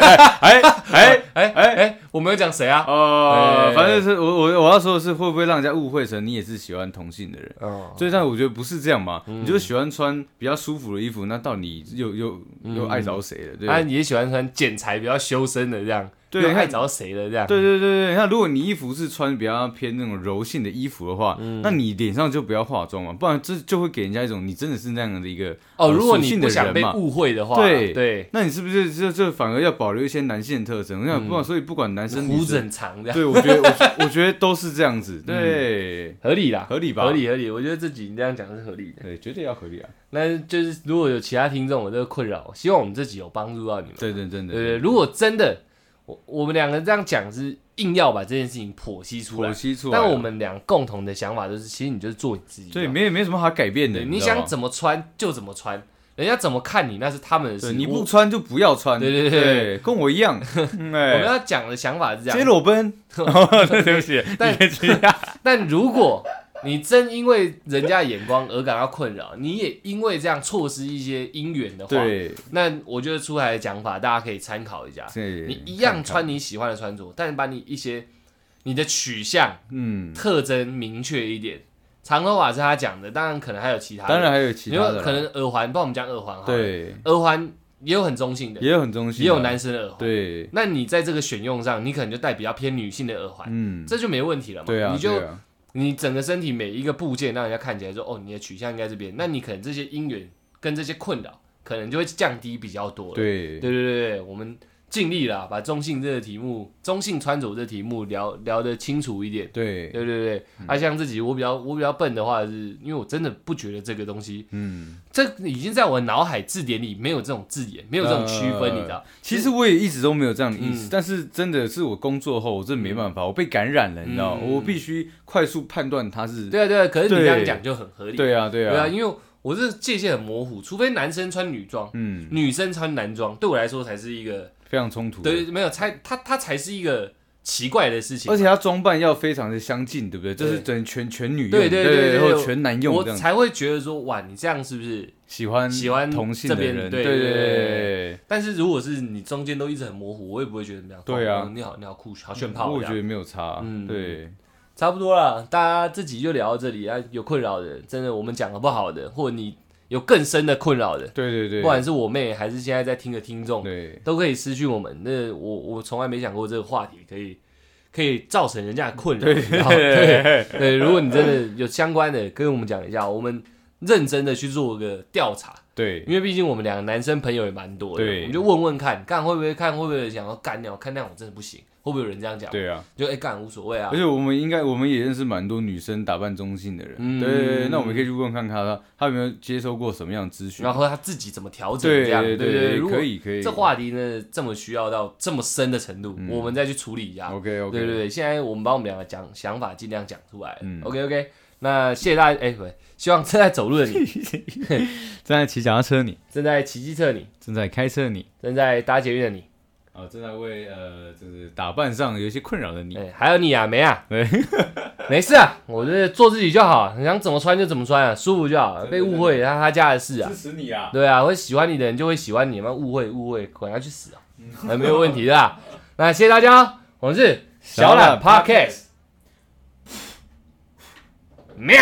Speaker 2: 哎哎
Speaker 1: 哎哎哎，我没有讲谁啊？
Speaker 2: 哦
Speaker 1: 哎，
Speaker 2: 反正是我我我要说的是会不会让人家误会成你也是喜欢同性的人。
Speaker 1: 哦，嗯
Speaker 2: 所以，但我觉得不是这样嘛，你就是喜欢穿比较舒服的衣服，那到底又又
Speaker 1: 嗯
Speaker 2: 又爱着谁了？对不对
Speaker 1: 她啊也喜欢穿剪裁比较修身的这样，
Speaker 2: 对
Speaker 1: 又
Speaker 2: 你
Speaker 1: 爱
Speaker 2: 看
Speaker 1: 找谁的这样，
Speaker 2: 对对对对，那如果你衣服是穿比较偏那种柔性的衣服的话，
Speaker 1: 嗯
Speaker 2: 那你脸上就不要化妆嘛，不然这就会给人家一种你真的是那样的一个
Speaker 1: 哦，
Speaker 2: 呃
Speaker 1: 如果
Speaker 2: 属
Speaker 1: 你
Speaker 2: 性
Speaker 1: 不
Speaker 2: 的
Speaker 1: 想
Speaker 2: 人
Speaker 1: 被
Speaker 2: 嘛
Speaker 1: 误会的话，
Speaker 2: 对
Speaker 1: 对，
Speaker 2: 那你是不是就就反而要保留一些男性的特征？那不管所以不管男生女
Speaker 1: 嗯胡子
Speaker 2: 生，
Speaker 1: 很长这样，
Speaker 2: 对我觉得我觉我觉得都是这样 子，
Speaker 1: 嗯
Speaker 2: 对
Speaker 1: 合理啦，
Speaker 2: 合理吧
Speaker 1: 合理合理，我觉得自己这样讲是合理的。
Speaker 2: 对，绝对要合理啊！
Speaker 1: 那就是如果有其他听众有这个困扰，希望我们这集有帮助到你们。
Speaker 2: 对对对
Speaker 1: 对对，如果真的，我我们两个这样讲是硬要把这件事情剖析出来
Speaker 2: 剖，析出来啊，
Speaker 1: 但我们俩共同的想法就是，其实你就是做你自己嘛，
Speaker 2: 对没没什么好改变的，
Speaker 1: 对，
Speaker 2: 你
Speaker 1: 你
Speaker 2: 知道
Speaker 1: 想
Speaker 2: 吗
Speaker 1: 怎么穿就怎么穿，人家怎么看你那是他们的事。
Speaker 2: 对你
Speaker 1: 我
Speaker 2: 不穿就不要穿，
Speaker 1: 对对对
Speaker 2: 对
Speaker 1: 对
Speaker 2: 跟我一 样，嗯
Speaker 1: 我们
Speaker 2: 哎，
Speaker 1: 要讲的想法是这
Speaker 2: 接
Speaker 1: 样，
Speaker 2: 裸奔， 对不起，
Speaker 1: 但
Speaker 2: 你可以 这样
Speaker 1: 但如果你真因为人家的眼光而感到困扰，你也因为这样错失一些姻缘的话，
Speaker 2: 对。
Speaker 1: 那我觉得出来的讲法大家可以参考一下。
Speaker 2: 对
Speaker 1: 你一样，
Speaker 2: 看看
Speaker 1: 穿你喜欢的穿着，但把你一些你的取向
Speaker 2: 嗯，
Speaker 1: 特征明确一点。长头发是他讲的，当然可能还有其他的，
Speaker 2: 当然还有其
Speaker 1: 你
Speaker 2: 他的
Speaker 1: 有
Speaker 2: 啦，
Speaker 1: 可能耳环，帮我们讲耳环哈。，
Speaker 2: 对，
Speaker 1: 耳环也有很中性的，
Speaker 2: 也有很中性的，
Speaker 1: 也有男生的耳环。，
Speaker 2: 啊对，
Speaker 1: 那你在这个选用上，你可能就戴比较偏女性的耳环，
Speaker 2: 嗯，
Speaker 1: 这就没问题了嘛。
Speaker 2: 对啊，
Speaker 1: 你就
Speaker 2: 对啊
Speaker 1: 你整个身体每一个部件让人家看起来说，哦，你的取向应该这边，那你可能这些因缘跟这些困扰，可能就会降低比较多了。
Speaker 2: 对
Speaker 1: 对对对对，我们尽力啦，把中性这个题目，中性穿着这个题目聊聊得清楚一点。
Speaker 2: 对，
Speaker 1: 对对对，
Speaker 2: 嗯
Speaker 1: 啊，像自己我比较我比较笨的话是，因为我真的不觉得这个东西，
Speaker 2: 嗯，
Speaker 1: 这已经在我的脑海字典里没有这种字眼，没有这种区分，
Speaker 2: 呃
Speaker 1: 你知道？
Speaker 2: 其实我也一直都没有这样的意
Speaker 1: 嗯
Speaker 2: 思，但是真的是我工作后，我真的没办法，我被感染了，你知道，
Speaker 1: 嗯
Speaker 2: 我必须快速判断他是，
Speaker 1: 对啊对啊，可是你这样
Speaker 2: 对
Speaker 1: 讲就很合理。
Speaker 2: 对啊，对
Speaker 1: 对啊，
Speaker 2: 啊，
Speaker 1: 因为我这界限很模糊，除非男生穿女装，
Speaker 2: 嗯，
Speaker 1: 女生穿男装，对我来说才是一个
Speaker 2: 非常冲突，
Speaker 1: 对，没有才它它才是一个奇怪的事情嘛。
Speaker 2: 而且他装扮要非常的相近，对不对？就是整全全女用，
Speaker 1: 对对
Speaker 2: 对
Speaker 1: 对对
Speaker 2: 或
Speaker 1: 对
Speaker 2: 者全男用
Speaker 1: 我
Speaker 2: 这样子，
Speaker 1: 才会觉得说，哇，你这样是不是？
Speaker 2: 喜欢
Speaker 1: 喜欢
Speaker 2: 同性的
Speaker 1: 这边
Speaker 2: 人，
Speaker 1: 对
Speaker 2: 对
Speaker 1: 对对对
Speaker 2: 对，
Speaker 1: 但是如果是你中间都一直很模糊，我也不会觉得怎么样。
Speaker 2: 对啊
Speaker 1: 哦你好，你好酷，好炫
Speaker 2: 炫
Speaker 1: 炮这样。
Speaker 2: 我觉得没有差，
Speaker 1: 嗯
Speaker 2: 对，
Speaker 1: 差不多了，大家自己就聊到这里啊。有困扰的，真的我们讲的不好的，或者你有更深的困扰的，
Speaker 2: 对对对，
Speaker 1: 不 管是我妹还是现在在听的听众，
Speaker 2: 对
Speaker 1: 都可以私讯我们。那我我从来没想过这个话题可以可以造成人家的困扰。你知道吗对对，如果你真的有相关的，跟我们讲一下，我们认真的去做个调查。
Speaker 2: 对
Speaker 1: 因为毕竟我们两个男生朋友也蛮多的，
Speaker 2: 对
Speaker 1: 我们就问问看，看会不会看，会不会有人想要干掉，看那种真的不行，会不会有人这样讲？
Speaker 2: 对啊，
Speaker 1: 就哎干、无所谓啊
Speaker 2: 而，且我们应该我们也认识蛮多女生打扮中性的人，
Speaker 1: 嗯
Speaker 2: 对对对，那我们可以去问看看她她有没有接受过什么样的资讯
Speaker 1: 然，后他自己怎么调整
Speaker 2: 对
Speaker 1: 哦这样，
Speaker 2: 对
Speaker 1: 对
Speaker 2: 对，
Speaker 1: 如果
Speaker 2: 可以可以，
Speaker 1: 这话题呢这么需要到这么深的程度，我们再去处理一下。
Speaker 2: OK
Speaker 1: 对
Speaker 2: 嗯 OK，
Speaker 1: 对对，现在我们把我们两个讲想法尽量讲出来。
Speaker 2: 嗯
Speaker 1: OK OK，那谢谢大家，哎、不对，希望正在走路的你，
Speaker 2: 正在骑脚踏车的你，
Speaker 1: 正在骑机车的你，
Speaker 2: 正在开车的你，
Speaker 1: 正在搭捷运的你，
Speaker 2: 啊，正在为呃就是打扮上有一些困扰的你
Speaker 1: 哎、，还有你啊，没啊
Speaker 2: 对，
Speaker 1: 没事啊，我就是做自己就好，你想怎么穿就怎么穿啊，舒服就好，被误会那他家的事啊
Speaker 2: 支。持你啊，
Speaker 1: 对啊，会喜欢你的人就会喜欢你嘛，误会误会，管他去死啊，哎没有问题的啊。那谢谢大家哦，我们是小
Speaker 2: 小
Speaker 1: 懒
Speaker 2: 懒
Speaker 1: Podcast，喵。